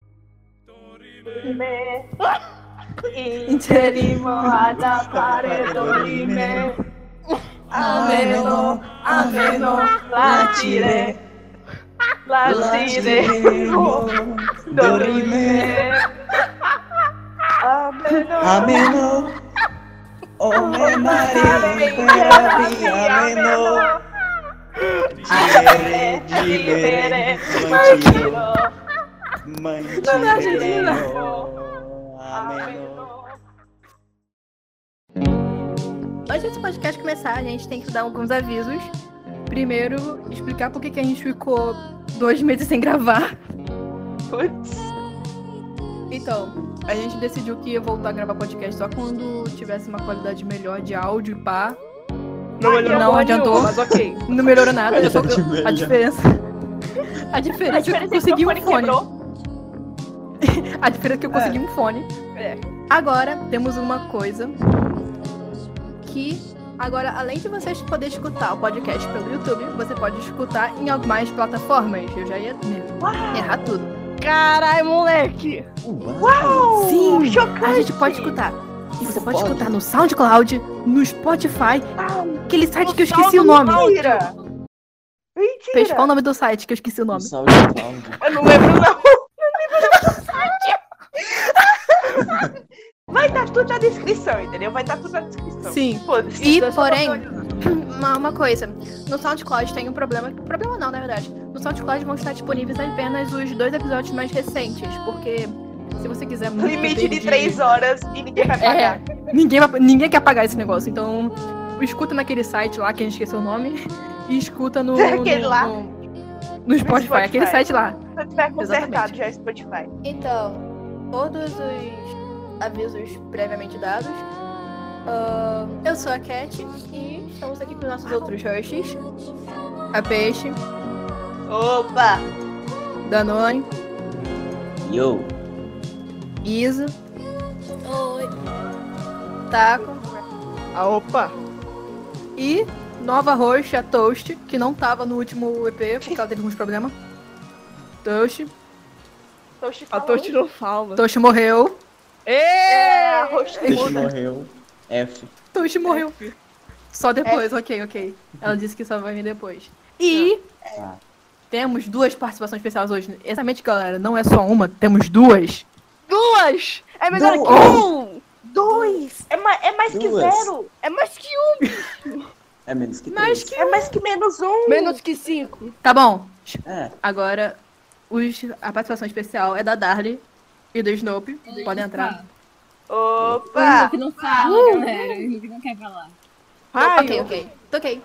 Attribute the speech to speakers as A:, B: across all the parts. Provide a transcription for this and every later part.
A: me Ingerimo ad appare dorime Ameno, ameno, placire Assim, né? Placire, dorime Ameno,
B: Ameno. Ome Maria,
A: Ave
B: Ave, Ameno.
A: ameno
B: Gire,
A: Libere,
B: gire,
A: marchino Non è
B: mangire,
A: argentino.
B: Ameno.
C: Antes desse podcast começar, a gente tem que dar alguns avisos. Primeiro, explicar por que que a gente ficou dois meses sem gravar.
A: Putz,
C: Então, a gente decidiu que ia voltar a gravar podcast só quando tivesse uma qualidade melhor de áudio e pá.
A: não
C: adiantou
A: adiantou,
C: adiantou.
A: mas ok.
C: Não melhorou nada, eu só-
B: Qualidade
C: a
B: melhor.
C: diferença. A diferença,
A: A diferença
C: é que eu consegui
A: é
C: um
A: que o
C: fone.
A: quebrou.
C: A diferença é que eu consegui um fone.
A: É.
C: Agora temos uma coisa que agora além de vocês poder escutar o podcast pelo YouTube, você pode escutar em algumas plataformas. Eu já ia errar tudo.
A: Caralho, moleque!
B: Uau!
C: Sim,
A: chocante!
C: a gente pode escutar. E você pode
B: Pode.
C: escutar no SoundCloud, no Spotify, aquele site que eu esqueci o
A: Salve,
C: nome.
A: Mentira!
C: Fez
A: Mentira!
C: qual o nome do site que eu esqueci o nome?
B: Salve, Cláudio.
A: Eu não lembro, não. Vai estar tudo na descrição, entendeu? Vai estar tudo na descrição.
C: Sim.
A: Foda-se,
C: E,
A: eu só
C: porém,
A: tô atualizando.
C: Uma, uma coisa, no SoundCloud tem um problema. Problema não, na verdade. No SoundCloud vão estar disponíveis apenas os dois episódios mais recentes, porque se você quiser muito.
A: Limite de
C: pedir-
A: 3 horas e ninguém vai pagar.
C: É, ninguém, vai- ninguém quer pagar esse negócio. Então, escuta naquele site lá que a gente esqueceu o nome. E escuta no.
A: Aquele
C: no,
A: lá.
C: No, no Spotify,
A: Spotify.
C: aquele site lá.
A: Se eu tiver consertado já o Spotify.
C: Então, todos os avisos previamente dados. Ahn, eu sou a Cat e estamos aqui com nossos outros hosts. A Peixe,
A: Opa!
C: Danone,
B: Yo.
C: Isa. Taco.
A: Ah, opa!
C: E nova host, a Toast, que não tava no último EP porque ela teve alguns problemas. Toast.
A: Tô te
D: A
A: falando.
D: Toast não salva.
C: Toast morreu.
A: É, a
D: É!
A: host
B: Deixa
A: muda.
B: morreu. F.
C: Toast morreu. Só
D: É.
C: depois, ok, ok. Ela disse que só vai vir depois. E
B: Tá.
C: temos duas participações especiais hoje. Exatamente, galera, não é só uma, temos duas.
D: Duas! É melhor
B: Duas.
D: que um!
A: Oh! Dois! É, ma- é mais que
B: Duas.
A: zero!
D: É mais que
B: É menos que três.
C: Mas que.
A: É mais que menos um!
D: um! Menos que cinco.
C: Tá bom.
B: É.
C: Agora, os... a participação especial é da Darly e do Snope. Podem entrar.
E: O
A: Opa!
E: Snoopy não fala, galera. O Snoopy não quer falar.
D: Ai,
C: ok, ok. Ok.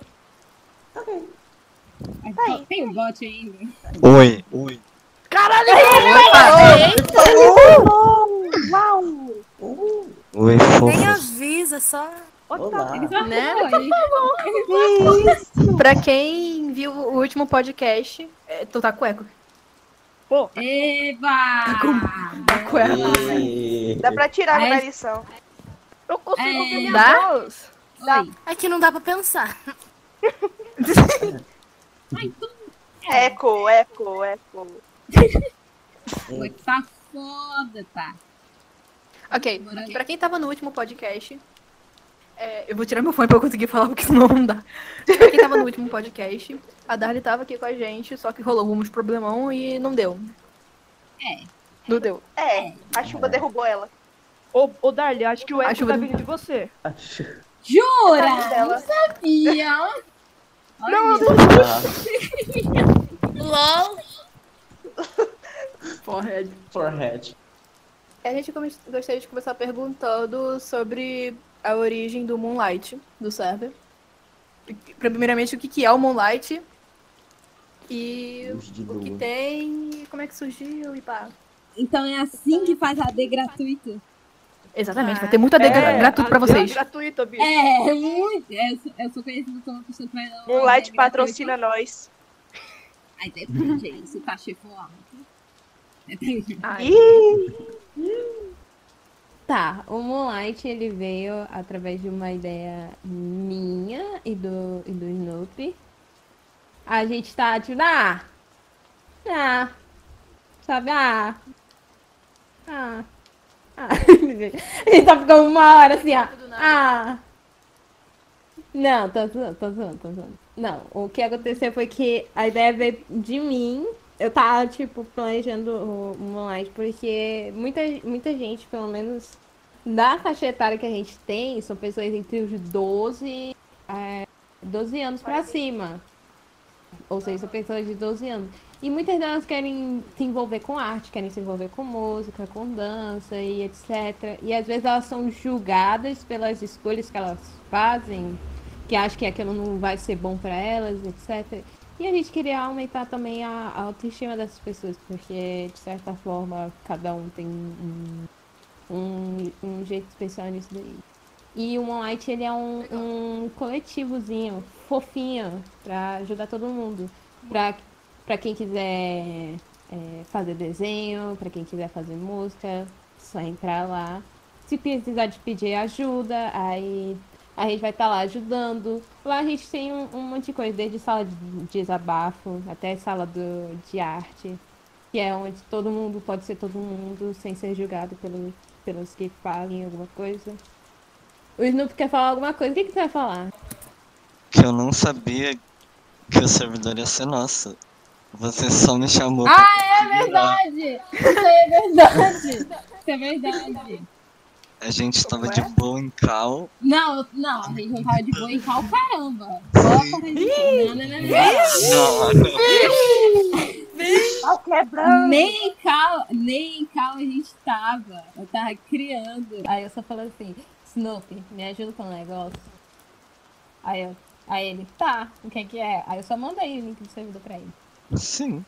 E: Ai, Tem o bot ainda.
F: Oi. Oi.
A: Uau!
B: Uh,
F: Oi,
G: Nem
F: fofo.
G: avisa, só.
B: olá.
C: Né?
E: Oi.
C: Pra quem viu o último podcast, é, tu tá cueco.
E: Eba!
C: Tá cueco.
B: E-
A: Dá pra tirar
E: Mas-
A: na lição.
D: Eu consigo ver minha
C: Dá?
D: voz.
E: Oi.
G: É que não dá pra pensar.
E: Ai, tu
A: Eco, eco, eco.
E: foi tá foda, tá?
C: Ok, pra quem tava no último podcast. é, eu vou tirar meu fone pra eu conseguir falar, porque senão não dá. Pra quem tava no último podcast, a Darly tava aqui com a gente, só que rolou alguns problemão e não deu.
E: É.
C: Não deu.
A: É, a chuva derrubou ela.
D: Ô, ô Darly, acho que o
C: A
D: Echo
C: chuva
D: tá
C: do-
D: vindo de você.
B: Acho-
E: Jura?
A: Dela.
E: Sabia? Não,
B: Ah,
G: LOL.
C: Forehead.
B: forehead.
C: A gente come- gostaria de começar perguntando sobre a origem do Moonlight, do server. Primeiramente, o que que é o Moonlight e
B: Luz de
C: o que
B: lua.
C: tem, e como é que surgiu e pá.
E: Então é assim que faz a AD gratuita?
C: Exatamente, vai
G: Ah,
C: ter muita dica
D: É,
C: gratuito pra
D: a-
C: vocês.
D: Gratuito, bicho.
E: É, muito. É, Eu sou, eu sou conhecida como uma pessoa é que vai dar uma
A: Moonlight
E: AD gratuita.
A: Um patrocina nós.
E: Ai, depende, hein? Se tá chegou alto. Depende.
C: Ai,
A: Ih,
H: Tá, o Moonlight ele veio através de uma ideia minha e do, e do Snoopy. A gente tá tipo, ah, ah, sabe, ah, ah, gente. A gente tá ficando uma hora assim, ó.
C: Do nada.
H: Ah! Não, tô zoando, tô zoando, tô zoando. Não, o que aconteceu foi que a ideia veio de mim. Eu tava, tipo, planejando o Moonlight, porque muita, muita gente, pelo menos da faixa etária que a gente tem, são pessoas entre os 12, é, 12 anos pra cima. Ou seja, são pessoas de 12 anos. E muitas delas querem se envolver com arte, querem se envolver com música, com dança e etc. E às vezes elas são julgadas pelas escolhas que elas fazem, que acham que aquilo não vai ser bom para elas, etc. E a gente queria aumentar também a, a autoestima dessas pessoas, porque de certa forma cada um tem um, um, um jeito especial nisso daí. E o Moonlight ele é um, um coletivozinho, fofinho, para ajudar todo mundo. Pra Pra quem quiser é, fazer desenho, pra quem quiser fazer música, só entrar lá. Se precisar de pedir ajuda, aí a gente vai estar lá ajudando. Lá a gente tem um, um monte de coisa, desde sala de desabafo até sala do, de arte, que é onde todo mundo pode ser todo mundo, sem ser julgado pelo, pelos que falem alguma coisa. O Snoop quer falar alguma coisa, o que, que você vai falar?
F: que eu não sabia que o servidor ia ser nosso. Você só me chamou pra
H: É verdade! Isso aí é verdade! Isso é verdade!
F: A gente tava de boa em cal.
E: Não, não, a gente não tava de boa em cal, caramba. Bota a gente- não, não, não, não.
F: Não, não.
A: Ó, quebrando.
E: Nem em cal, nem em cal a gente tava. Eu tava criando.
H: Aí eu só falo assim, Snoopy, me ajuda com um negócio. Aí, eu, aí ele, tá, o que é que é? Aí eu só mandei o link do servidor pra ele.
F: Sim.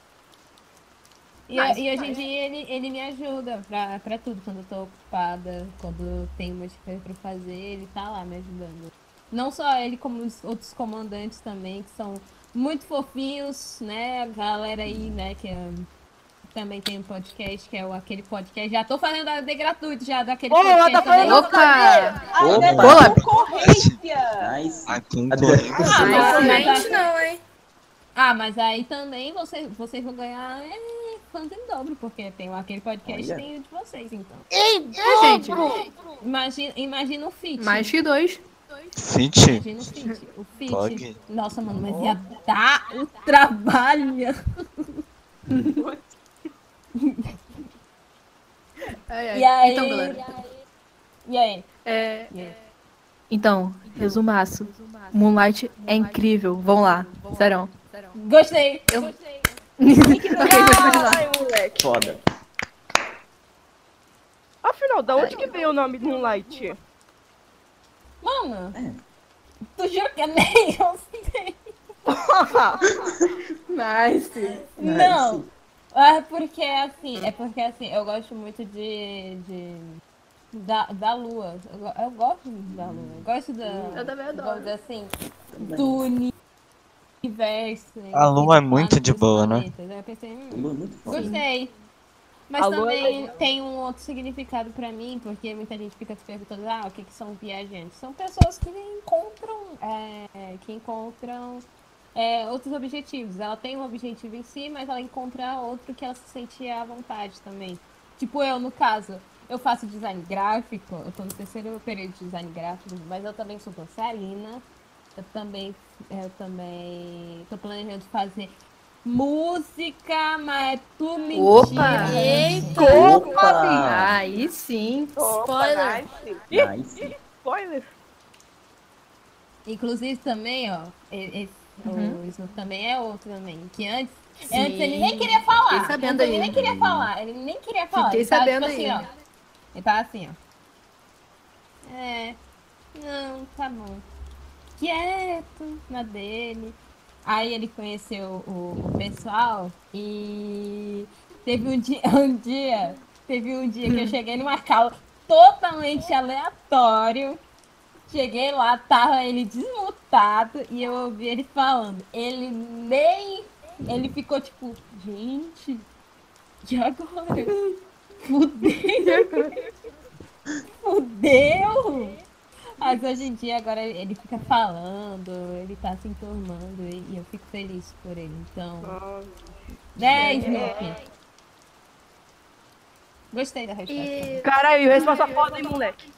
H: E, eu- e hoje em dia ele, ele me ajuda pra, pra tudo, quando eu tô ocupada, quando eu tenho um monte de coisa pra fazer, ele tá lá me ajudando. Não só ele, como os outros comandantes também, que são muito fofinhos, né? A galera aí, né, que hum, também tem um podcast, que é o aquele podcast. Já tô fazendo a de gratuito já daquele
D: Ô,
H: podcast.
D: tá
H: também.
D: falando-
C: Opa!
B: Opa!
C: Bola!
A: Concorrência.
B: Nice.
F: A concorrência.
H: Ah, mas-
G: Provavelmente não, hein?
H: Ah, mas aí também vocês, vocês vão ganhar é, fãs em dobro, porque tem aquele podcast e
B: Olha.
H: tem o de vocês, então.
C: É, gente,
H: Imagina, imagina o feat.
C: mais que dois.
F: Fit?
H: Imagina o feat. O feat.
F: Pode.
H: Nossa, mano, mas ia dar o trabalho.
C: Ai, ai.
H: E aí?
C: Então, galera.
H: E aí?
C: É...
H: E aí?
C: Então, resumaço. Moonlight é incrível. Vão lá. Serão.
H: Gostei.
C: Eu-
H: Gostei.
C: Ok, pode continuar.
A: Ai, moleque.
B: Foda.
D: Afinal, da onde que veio o nome Moonlight?
H: Mano, tu jura que é eu nem eu sei.
C: Nice.
H: Não. É porque assim, é porque assim, eu gosto muito de. de- da, da lua. Eu, go- eu gosto muito da lua. Eu gosto da.
C: Eu também
H: eu
C: adoro.
H: gosto, assim, do uni- universo.
F: A lua é muito de
H: dos
F: boa, né?
H: planetas. Aí Eu pensei, hum,
B: Muito foda.
H: gostei. Mas
D: A lua é
H: também tem um outro significado pra mim, porque muita gente fica se perguntando, ah, o que, que são viajantes? São pessoas que encontram, é, que encontram é, outros objetivos. Ela tem um objetivo em si, mas ela encontra outro que ela se sente à vontade também. Tipo eu, no caso, eu faço design gráfico, eu tô no terceiro período de design gráfico, mas eu também sou dançarina. Eu também, eu também tô planejando fazer música, mas é tu mentira.
C: Opa!
G: Eita!
B: Opa!
C: Aí sim.
A: Opa,
G: Spoiler.
A: nice.
B: Nice.
D: Spoiler.
H: Inclusive também, ó, e- esse,
C: Uhum.
H: o Snoop também é outro também, que antes,
C: Sim.
H: antes ele nem queria falar.
C: Fiquei sabendo
H: antes ele
C: aí.
H: nem queria falar, ele nem queria falar.
C: Fiquei
H: ele tava,
C: sabendo
H: tipo
C: aí.
H: assim, ó. Ele tava assim, ó. É. Não, tá bom. Quieto, na dele. Aí ele conheceu o, o pessoal e teve um dia, um dia, teve um dia que eu cheguei numa cala totalmente aleatório. Cheguei lá, tava ele desmutado e eu ouvi ele falando. Ele nem. Ele ficou tipo, gente, e agora? Fudeu! Fudeu! Mas hoje em dia agora ele fica falando, ele tá se informando e e eu fico feliz por Né, ele. Então. 10 Snoopy.
E: Gostei da resposta.
G: E.
D: Caralho, resposta foda, hein, moleque.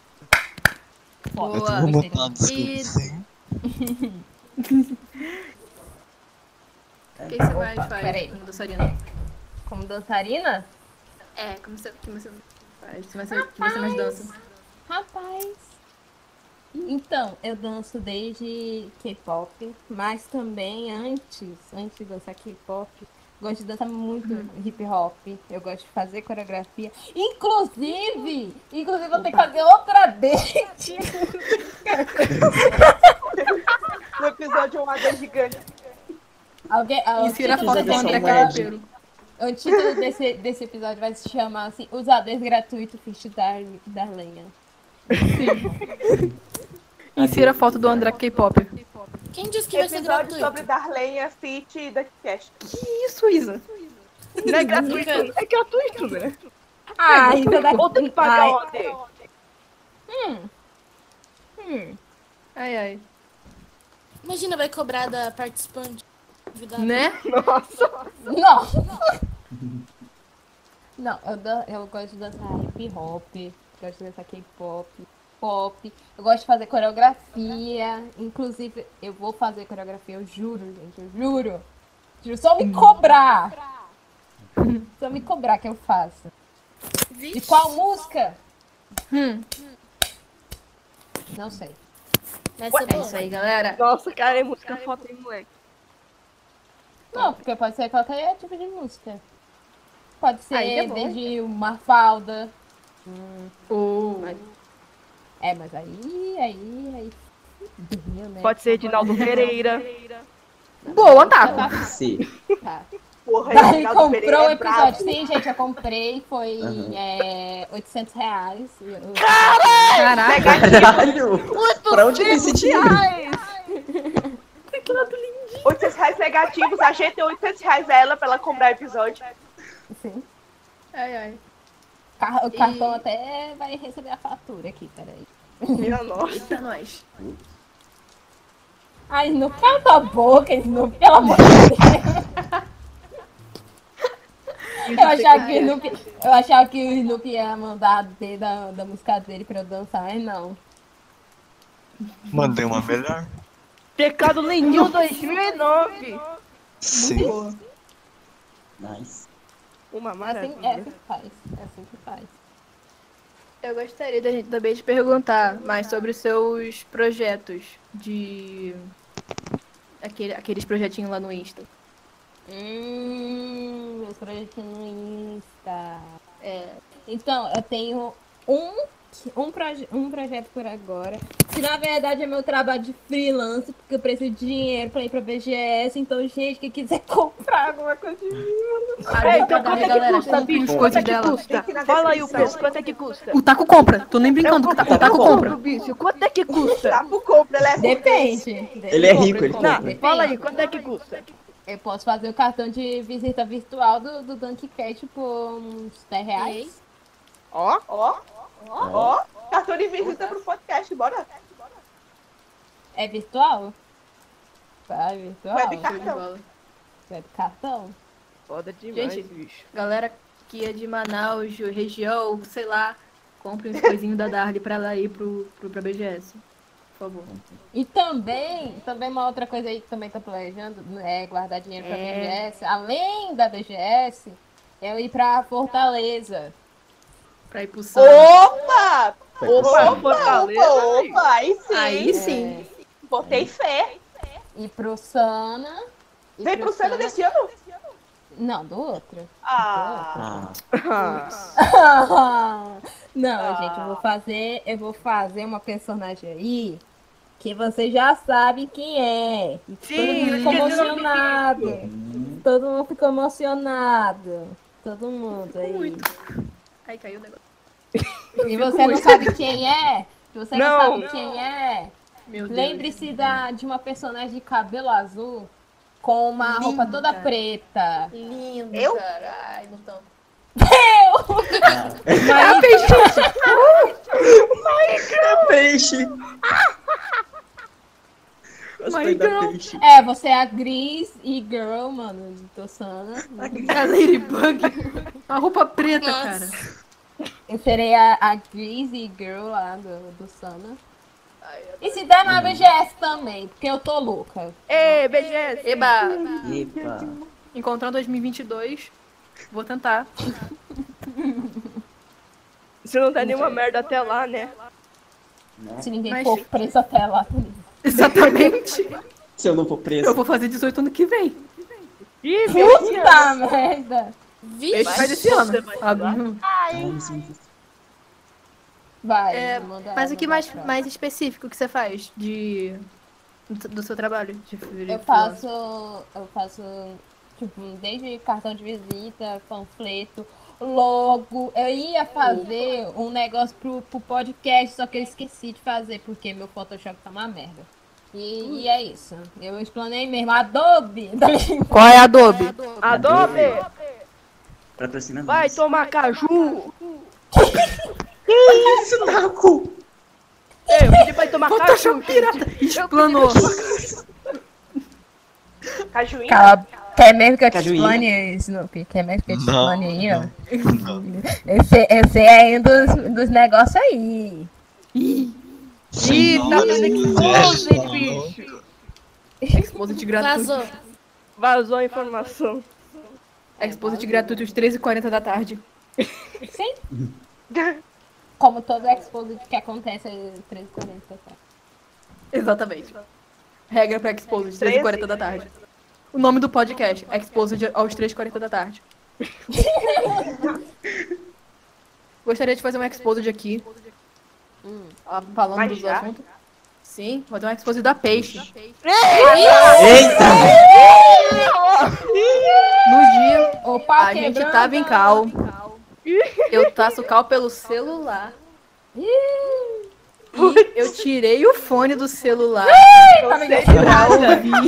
F: Eu tô
C: Boa.
F: remontado,
G: E-
F: desculpa. sim.
C: O que você mais
H: Opa,
C: faz
H: peraí.
C: como dançarina?
H: Como dançarina?
C: É, como você, que você faz? O que você, que você mais dança?
H: Rapaz. Então, eu danço desde K-pop, mas também antes, antes de dançar K-pop, gosto de dançar muito hip hop. Eu gosto de fazer coreografia. Inclusive, inclusive eu vou ter que fazer outra date.
D: No episódio
A: um,
D: uma das gigantes.
H: Alguém, ah, o
C: Insira a
H: título
C: foto do
H: desse
C: André
H: episódio-
C: Carapelo.
H: O título desse, desse episódio vai se chamar assim, Os ADs gratuito Fist da, da lenha.
C: Insira a foto do André K-pop.
G: Quem disse que vai ser
A: Episódio sobre
G: gratuito?
A: Darlenha, Fit e Duckcast.
C: Isso, Isa.
D: Não é gratuito, é gratuito, né?
H: Ah,
D: Ou tem que pagar o OD.
C: Ai, ai.
G: Imagina, vai cobrar da participante. Convidada.
C: Né?
H: Não. Não, eu, dan- eu gosto de dançar hip hop, gosto de dançar K-pop, pop, eu gosto de fazer coreografia, inclusive eu vou fazer coreografia, eu juro, gente, eu juro. Juro, só me cobrar. Só me cobrar que eu faço. De
G: Vixe.
H: qual música?
C: Hum.
H: Não sei.
G: Vai ser
C: É
G: bom.
C: isso aí, galera.
D: Nossa, cara, é música foda, hein, moleque.
H: Não, porque pode ser qualquer tipo de música. Pode ser
C: Aí é bom.
H: desde uma falda.
C: Oh.
H: É, mas aí, aí, aí. Dormiu, né?
D: Pode ser Edinaldo
A: É.
D: Pereira.
C: Boa, Taco.
B: Sim.
H: Tá.
A: Porra,
H: Daí
A: Reginaldo Pereira
H: comprou o
A: é brabo.
H: episódio. Sim, gente, eu comprei. Foi
B: Aham.
H: é, 800 reais. Eu-
C: Caraca.
B: Caralho! Pra onde vai esse dinheiro?
A: 800 reais negativos, a gente tem 800 reais a ela pra ela comprar episódio.
H: Sim.
C: Ai, ai.
H: Car- O
C: E-
H: cartão até vai receber a fatura aqui, peraí.
D: Minha nossa.
C: Pra nós.
H: Ai, não cala tua boca, Snoopy, pelo amor de Deus. Eu achava, que o Snoopy, eu achava que o Snoopy ia mandar ter da, da música dele pra eu dançar, mas não.
F: Mandei uma melhor?
D: Pecado Lenil 2009.
F: Sim.
B: Nice.
D: Uma
H: É assim, é
D: maravilha.
H: assim que faz. É assim que faz.
C: Eu gostaria da gente também te perguntar mais sobre os seus projetos de. Aquele, aqueles projetinhos lá no Insta.
H: Hum, meus projetos no Insta.
C: É.
H: Então, eu tenho um, um, proje um projeto por agora, que na verdade é meu trabalho de freelance, porque eu preciso de dinheiro pra ir pra BGS. Então, gente, quem quiser comprar alguma coisa de mim.
C: Ah,
D: então
C: então,
D: quanto é que
C: galera,
D: custa,
C: compre
D: bicho?
C: os
D: Quanto é
C: coisas
D: que
C: dela.
D: custa?
A: Link na
D: Fala aí o
A: descrição.
D: preço, quanto é que custa?
C: Então, O Taco compra. Tô nem brincando. O Taco, o Taco compra.
D: bicho, quanto é que custa?
A: Tá pro compra, ela é
H: Depende.
B: Ele é rico, ele
D: Não,
B: compra.
D: fala aí, quanto é que custa?
H: Eu posso fazer o cartão de visita virtual do, do Dunk Cat por uns 10 reais.
D: Ó,
A: Ó, ó, cartão de visita pro podcast, bora.
H: É virtual? Vai, virtual?
A: Web
C: Show de
A: cartão.
C: bola.
H: Web cartão?
D: foda demais,
C: Gente.
D: bicho.
C: Galera que é de Manaus, região, sei lá, compre uns coisinhos da Darly pra ela ir pro, pro, pra BGS. Por favor.
H: E também, também uma outra coisa aí que também tô planejando é guardar dinheiro pra
C: É.
H: BGS. Além da BGS, eu ir pra Fortaleza.
C: Pra ir pro Sam.
A: Opa!
D: Opa,
A: Opa,
D: Fortaleza.
A: opa,
D: aí.
A: opa, aí sim.
C: Aí sim.
A: Botei fé.
H: Ir pro Sana. ir
A: Vem pro Sena
H: Sana-
A: desse ano?
H: Não, do outro.
A: Ah,
B: Ah,
D: Ah,
H: Não,
A: Ah.
H: gente, eu vou fazer, eu vou fazer uma personagem aí que vocês já sabem quem é. E
D: Sim,
H: todo mundo
D: eu
H: ficou
D: esqueci o nome
H: emocionado. Todo mundo ficou emocionado. Todo mundo aí.
C: Aí caiu o negócio.
H: E você não sabe quem é? Você não,
D: Não.
H: sabe quem é?
C: Meu Deus.
H: Lembre-se da, de uma personagem de cabelo azul com uma roupa toda
C: Linda.
H: preta.
G: Lindo,
A: Eu?
G: cara. Ai, não tão.
B: É peixe! Gostei da
C: God.
B: peixe.
H: É, você é a Gris e Girl, mano, de Tosana.
C: A Ladybug. A roupa preta,
G: Nossa.
C: cara.
I: Eu serei a, a Greasy Girl lá do, do Sana. E se der na BGS também, porque eu tô louca.
C: Ei, BGS! Eba!
B: Epa.
C: Encontrando 2022, vou tentar.
A: Se não der nenhuma merda até lá, né?
B: Né?
I: Se ninguém
C: Mas-
I: for preso até lá também.
C: Exatamente.
B: Se eu não for
C: Eu
B: preso.
C: vou fazer 18 ano que vem.
A: Ih,
I: Puta merda!
G: Vixe.
C: Mas esse ano.
B: Ai, isso não existe.
I: um- Vai,
C: É,
I: manda
C: Mas o que
I: manda
C: mais,
I: pra-
C: mais específico que você faz de do do seu trabalho? de- de-
I: Eu faço. Eu faço. Tipo, desde cartão de visita, panfleto, logo. Eu ia fazer um negócio pro, pro podcast, só que eu esqueci de fazer, porque meu Photoshop tá uma merda. E, e é isso. Eu explanei mesmo. Adobe!
C: Qual é a Adobe?
I: né,
A: Adobe!
B: Patrocina
A: Vai
B: nós.
A: tomar caju!
B: Isso, Naco!
A: Ei, eu pedi pra ele tomar caju!
C: Photoshop pirata! Explanou!
J: Cajuína.
I: Cala, quer mesmo que eu te
B: Cajuína.
I: explane, Snoopy? Quer mesmo que eu te
F: Não.
I: explane aí, ó? Esse, esse é um dos, dos negócios aí.
F: Ih, tá fazendo
C: Exposit gratuito.
G: Vazou.
A: Vazou a informação.
C: Exposit gratuito às 13h40 da tarde.
I: Sim. Como todo exposit que acontece é 13h40. tá?
C: Exatamente. Regra pra Exposed, 3h40 da tarde. O nome do podcast, Exposed aos 3h40 da tarde. Gostaria de fazer um Exposed aqui. Ah, Falando
J: Mas
C: dos
J: já?
C: assuntos. Sim, fazer um Exposed da Peixe.
B: Eita!
C: No dia,
I: O pau
C: a gente tava em cal. Eu taço cal pelo celular. E eu tirei o fone do celular pra ouvir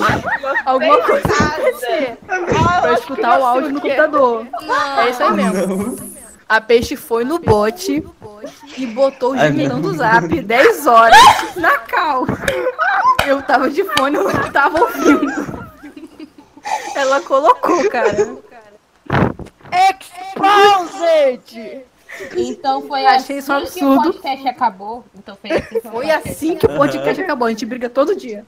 C: alguma coisa acontecer. Pra escutar o áudio no computador. É isso aí mesmo. A peixe foi no bote e botou o
B: Ai,
C: gemidão
B: meu.
C: do zap 10 horas na cal. Eu tava de fone, eu não tava ouvindo. Ela colocou, cara.
I: Então foi
C: Achei isso
I: assim
C: um
I: que
C: absurdo.
I: o podcast acabou. Então foi assim que o
C: Foi
I: podcast
C: assim que o podcast acabou. A gente briga todo dia.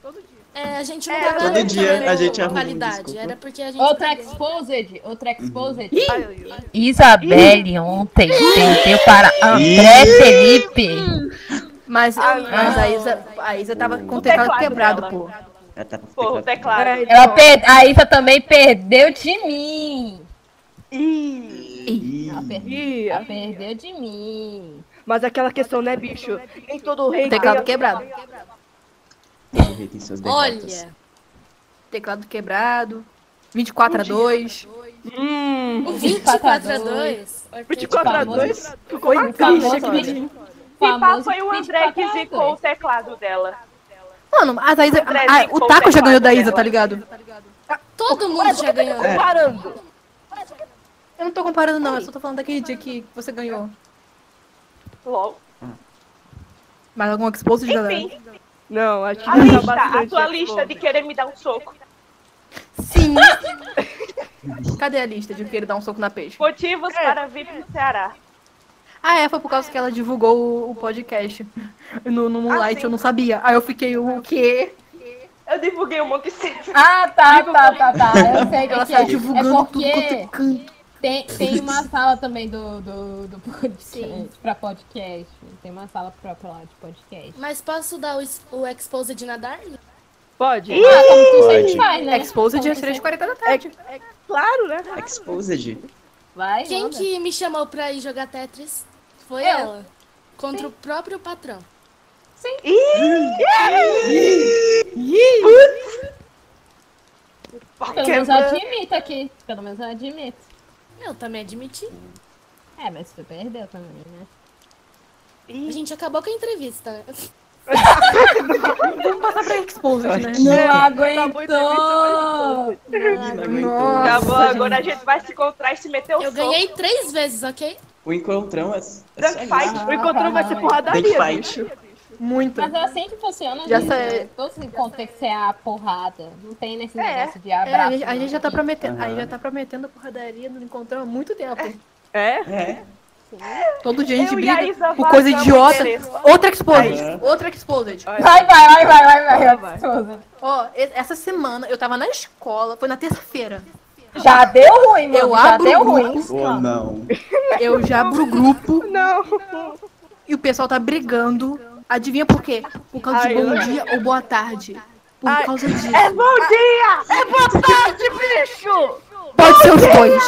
G: É, a gente não tava
B: todo dia a gente arruma um
G: qualidade.
B: desculpa.
G: Era porque a gente.
I: Outra
G: pegou.
I: exposed, outra exposed.
A: Ai,
K: Isabelle ontem perdeu para André Felipe.
C: Mas, mas a
G: não.
C: Isa, a Isa tava com o teclado
J: teclado
C: quebrado,
J: dela.
C: pô.
B: Ela tá
J: Pô,
A: É,
J: teclado.
I: Ela
A: então.
I: per... A Isa também perdeu de mim.
B: Ih,
I: Ela, per-
A: Ih,
I: ela perdeu de mim.
A: Mas aquela questão, né, bicho? Nem todo rei
C: O teclado
A: ganha-
C: quebrado.
B: o rei tem seus defeitos.
G: Olha.
C: Teclado quebrado. 24 a 2.
A: Hum,
G: O 24 a
I: 2.
G: 2.
A: 24 a
I: Famoso.
A: 2 ficou
C: Foi
A: marcado. né?
C: triste
I: famoso,
C: aquele
I: olha.
C: dia.
J: Se pá,
I: Famoso
J: foi o
I: pitch
J: André que
I: pra trás.
J: zicou o teclado dela.
C: Mano, a Thaís,
J: André
C: a- a-
J: zicou
C: o
J: o
C: Taco já
J: teclado
C: ganhou da Isa,
J: dela.
C: tá ligado? É.
G: Todo mundo já ganhou.
A: Comparando.
C: Eu não tô comparando, não. Eu só tô falando daquele dia que você ganhou.
J: LOL.
C: Mais algum exposto de galera?
J: Enfim,
A: Não, acho que
J: a
A: já tá
J: lista, a
A: bastante
J: tua
A: exposto.
J: lista de querer me dar um soco.
C: Sim. Cadê a lista de querer dar um soco na peixe?
J: Motivos para vir pro Ceará.
C: Ah, é, foi por causa que ela divulgou o- o podcast no, no Moonlight, eu não sabia. Aí eu fiquei, o quê?
J: Eu divulguei o Monk Seven.
I: Ah, tá, tá, tá, tá. Eu sei o que
C: Ela
I: que
C: saiu
I: é. É
C: divulgando tudo quanto
I: porque
C: é canto.
I: tem, tem uma sala também do, do, do podcast, pra podcast. Tem uma sala própria lá de podcast.
G: Mas posso dar o, es- o expose de nadar?
A: Pode?
I: Ah, como tu
B: Pode.
I: sempre faz, né?
C: Exposed
I: Como
C: às
I: tu sempre-
C: 3h40 da tarde.
A: Claro, né?
B: Exposed.
I: Vai,
G: Quem
I: manda.
G: que me chamou pra ir jogar Tetris foi
I: Eu.
G: ela. Contra o próprio patrão.
I: Pelo menos eu admito aqui. Pelo menos eu admito.
G: Eu também admiti.
I: É, mas tu perdeu também, né?
G: A gente acabou com a entrevista.
C: Vamos passar pra Exposed, né?
I: Não
A: acabou a
I: aguentou!
C: Nossa.
J: Acabou, Tá agora a gente vai se encontrar e se meter o
G: Eu
J: soco.
G: ganhei três vezes, ok?
B: O encontrão é, é só
J: Dunk
B: isso.
J: fight.
A: O encontrou vai ser porradaria.
B: Dunk
A: bicho.
B: fight.
C: Muito.
I: Mas é assim né? que funciona,
C: Já
I: gente.
C: sei.
I: Todo esse contexto é a porrada. Não tem nesse
J: É.
I: negócio de
C: É, a
I: abraço.
C: gente, a
I: não.
C: gente já tá prometendo, a gente
B: Aham.
C: já tá prometendo porradaria no encontrão há muito tempo.
A: É?
B: É.
H: assim.
C: Todo dia a gente
A: Eu e a
C: briga
A: Isa
C: por coisa
A: vazamos
C: idiota.
A: endereço.
C: Outra Exposed.
B: Aham.
C: Outra Exposed.
I: Vai, vai, vai, vai, vai, vai. Susan.
C: Ó, e- essa semana eu tava na escola, foi na terça-feira.
I: Já deu ruim, meu.
C: Eu
I: Já
C: abro
I: deu
C: o
I: ruim.
C: grupo,
B: Ou não.
C: eu já abro o grupo
D: Não.
C: e o pessoal tá brigando. Adivinha por quê? Por causa de
D: Ai,
C: bom
D: eu-
C: dia ou boa tarde. Por
D: Ai,
C: causa disso.
A: Bom dia!
D: Bicho!
C: Pode ser os dois.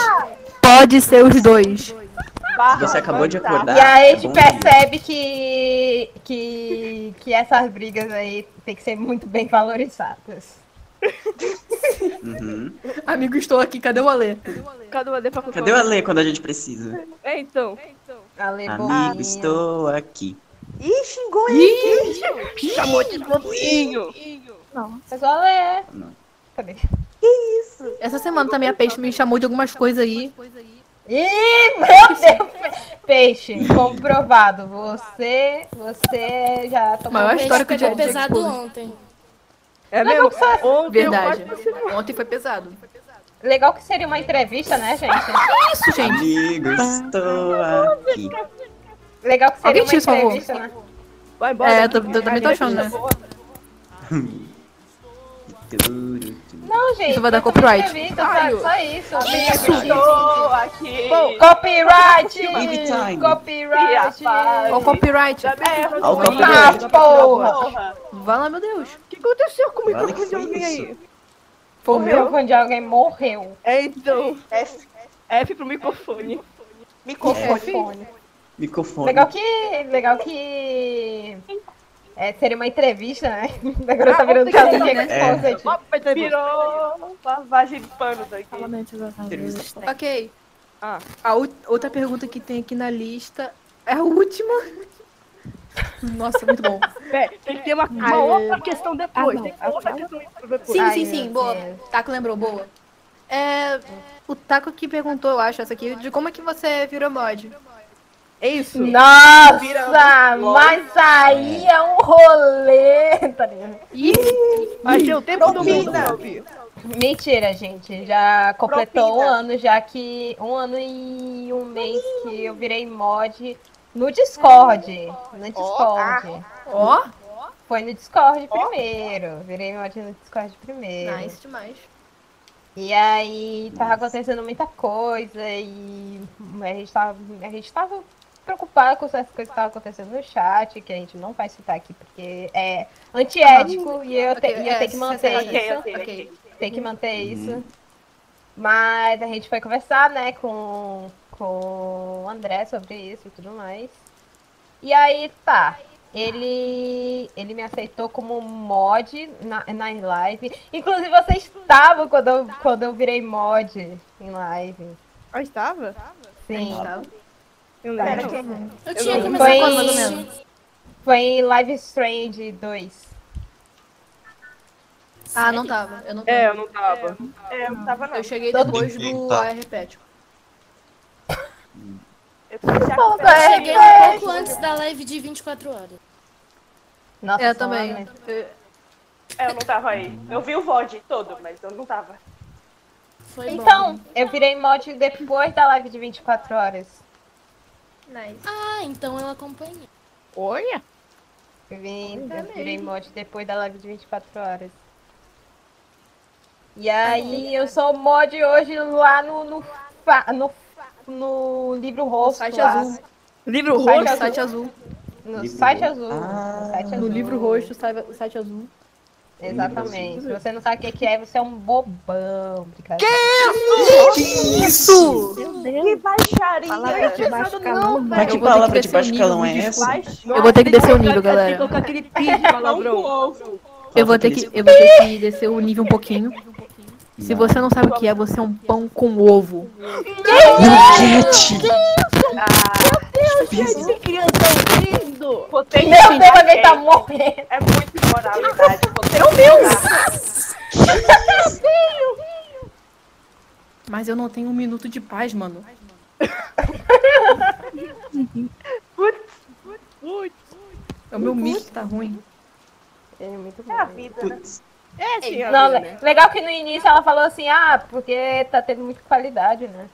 C: Pode ser os dois.
A: Barra,
B: Você acabou de
A: mandar.
B: acordar.
I: E aí a
B: é
I: gente
B: bom
I: percebe que, que, que essas brigas aí tem que ser muito bem valorizadas.
B: dia. Uhum.
C: Amigo, estou aqui, cadê o Alê?
D: Cadê o Adê pra
B: Cadê o Ale quando a gente precisa?
D: É, então.
I: Ale
B: Amigo,
I: bobinho.
B: estou aqui.
H: Ih, xingou ele.
D: Chamou de bobinho.
I: Mas o Ale é.
B: Não.
I: Cadê?
C: Essa semana também a Peixe me chamou de algumas coisas aí.
I: Ih, meu Deus! Peixe, comprovado. Você, você já tomou
C: Maior
I: um
C: história
G: Peixe
C: que eu
G: pegou
C: já disse,
G: pesado
C: tipo,
G: ontem.
D: É mesmo? Ontem
C: Verdade.
D: eu quase-
C: Ontem foi pesado.
I: Legal que seria uma entrevista, né, gente?
C: É Isso, gente.
B: Amigo, estou aqui.
I: Legal que
C: Alguém
I: seria uma
C: tira, por favor.
I: entrevista, né?
D: Vai embora.
C: É,
D: né?
C: eu tô- eu também tô achando, né?
B: Turu, turu.
I: Não, gente.
C: Isso vai dar
I: foi uma
C: copyright.
I: entrevista, sabe? Só isso.
A: Estou aqui.
D: Bom,
I: Copyright!
B: Big time.
I: Copyright!
A: Rapaz.
C: Ó o copyright.
D: já me erra,
B: Ao
D: não.
B: copyright.
I: Ah, porra!
C: Vai lá, meu Deus.
D: O que aconteceu comigo?
B: Olha
D: Eu
B: que
D: de alguém
B: isso.
D: aí.
I: O meu quando alguém morreu.
D: É, então.
A: F,
D: F pro microfone.
A: microfone.
I: Fone.
B: Microfone.
I: Legal que. Legal que. É, seria uma entrevista, né? Agora tá
C: Ah,
I: virando caso de
C: né?
A: É.
I: exposit.
D: tá
A: Virou lavagem de pano daqui.
B: Entrevista.
C: Ok.
D: Ah.
C: A ou- outra pergunta que tem aqui na lista é a última. Nossa, muito bom.
D: É, tem que ter uma, uma
C: Ai,
D: outra questão depois.
C: Ah,
D: tem que ter outra questão depois.
C: Sim,
I: Ai,
C: sim,
I: meu
C: sim. Boa.
I: Deus.
C: Taco lembrou, boa. É, o Taco que perguntou, eu acho, essa aqui, de como é que você virou mod.
D: É isso.
I: Nossa! Mas aí é um rolê! tá ligado?
C: Ih,
D: Mas tem o tempo do mundo pra ouvir.
I: Mentira, gente. Já completou um
D: Propina.
I: ano já que. Um ano e um mês que eu virei mod no Discord. No Discord.
C: ó,
I: Foi no Discord primeiro. Virei mod no Discord primeiro.
C: nice demais.
I: E aí tava acontecendo muita coisa e a gente tava, a gente tava preocupada com essas coisas que estavam acontecendo no chat, que a gente não vai citar aqui porque é antiético e eu, te,
C: Ok,
I: e eu
C: é,
I: tenho que manter
C: ok,
I: isso.
A: ok,
C: Ok.
I: Tem que manter
B: Uhum.
I: isso. Mas a gente foi conversar, né, com, com o André sobre isso e tudo mais. E aí, tá. Ele, ele me aceitou como mod na, nas live. Inclusive, vocês estavam quando eu, quando eu virei mod em live.
D: Ah, estava?
I: Sim.
C: Tá.
D: Eu
I: Pera,
D: lembro.
G: Eu tinha
D: não-
G: começado
I: Foi-
G: a assistir.
I: Foi em Live Strange 2.
C: Ah, não tava. Eu não tava.
D: É, eu não tava.
A: É, não tava não.
C: Eu cheguei
I: Todo-
C: depois do
F: Tá.
C: ARPético.
A: Eu comecei a
G: Eu
A: acordar.
G: cheguei um pouco antes da live de 24 horas.
I: Nossa,
C: É,
I: né?
C: Eu também.
I: mano.
C: Eu-
A: É, eu não tava aí. Eu vi o VOD todo, mas eu não tava.
G: Foi bom.
I: Então, eu virei mod depois da live de 24 horas.
C: Nice.
G: Ah, então eu acompanhei.
D: Olha.
I: Eu vi- eu virei mod depois da live de 24 horas. E aí, eu sou mod hoje lá no, no, fa- no, no livro rosto.
C: site
I: lá.
C: azul.
D: Livro
I: Vai
D: roxo.
I: dar-
C: No site azul.
I: No
B: Livro
I: site
B: roxo.
I: azul.
B: Ah.
I: no site
C: No
I: azul.
C: livro roxo, site site azul.
I: Exatamente. Se você não sabe o que que é, você é um bobão. brincadeira.
C: Isso!
D: Meu
A: Que
D: Deus.
A: baixaria!
D: de baixo calão,
B: Mas que
C: Eu vou ter que
B: palavra de
C: descer o
B: baixo
C: nível,
A: um
B: calão
C: me
B: é essa?
C: Eu vou ter que descer o nível,
D: Tem que
C: galera.
D: colocar aquele pi de
A: um
D: palavrão.
C: Eu vou ter que, eu vou ter que descer o nível um pouquinho. Se você não sabe o que é, você é um pão com ovo.
B: Juliette!
D: Que criança lindo.
A: Você
I: Meu Deus, alguém tá morrendo.
A: É muito imoralidade. Você
C: Mas eu não tenho um minuto de paz, mano. É o meu mic que tá ruim.
I: Ele é muito bom.
A: é a vida, né?
B: Putz,
D: É, sim,
I: Não,
D: amiga.
I: le- legal que no início ela falou assim, ah, porque tá tendo muita qualidade, né?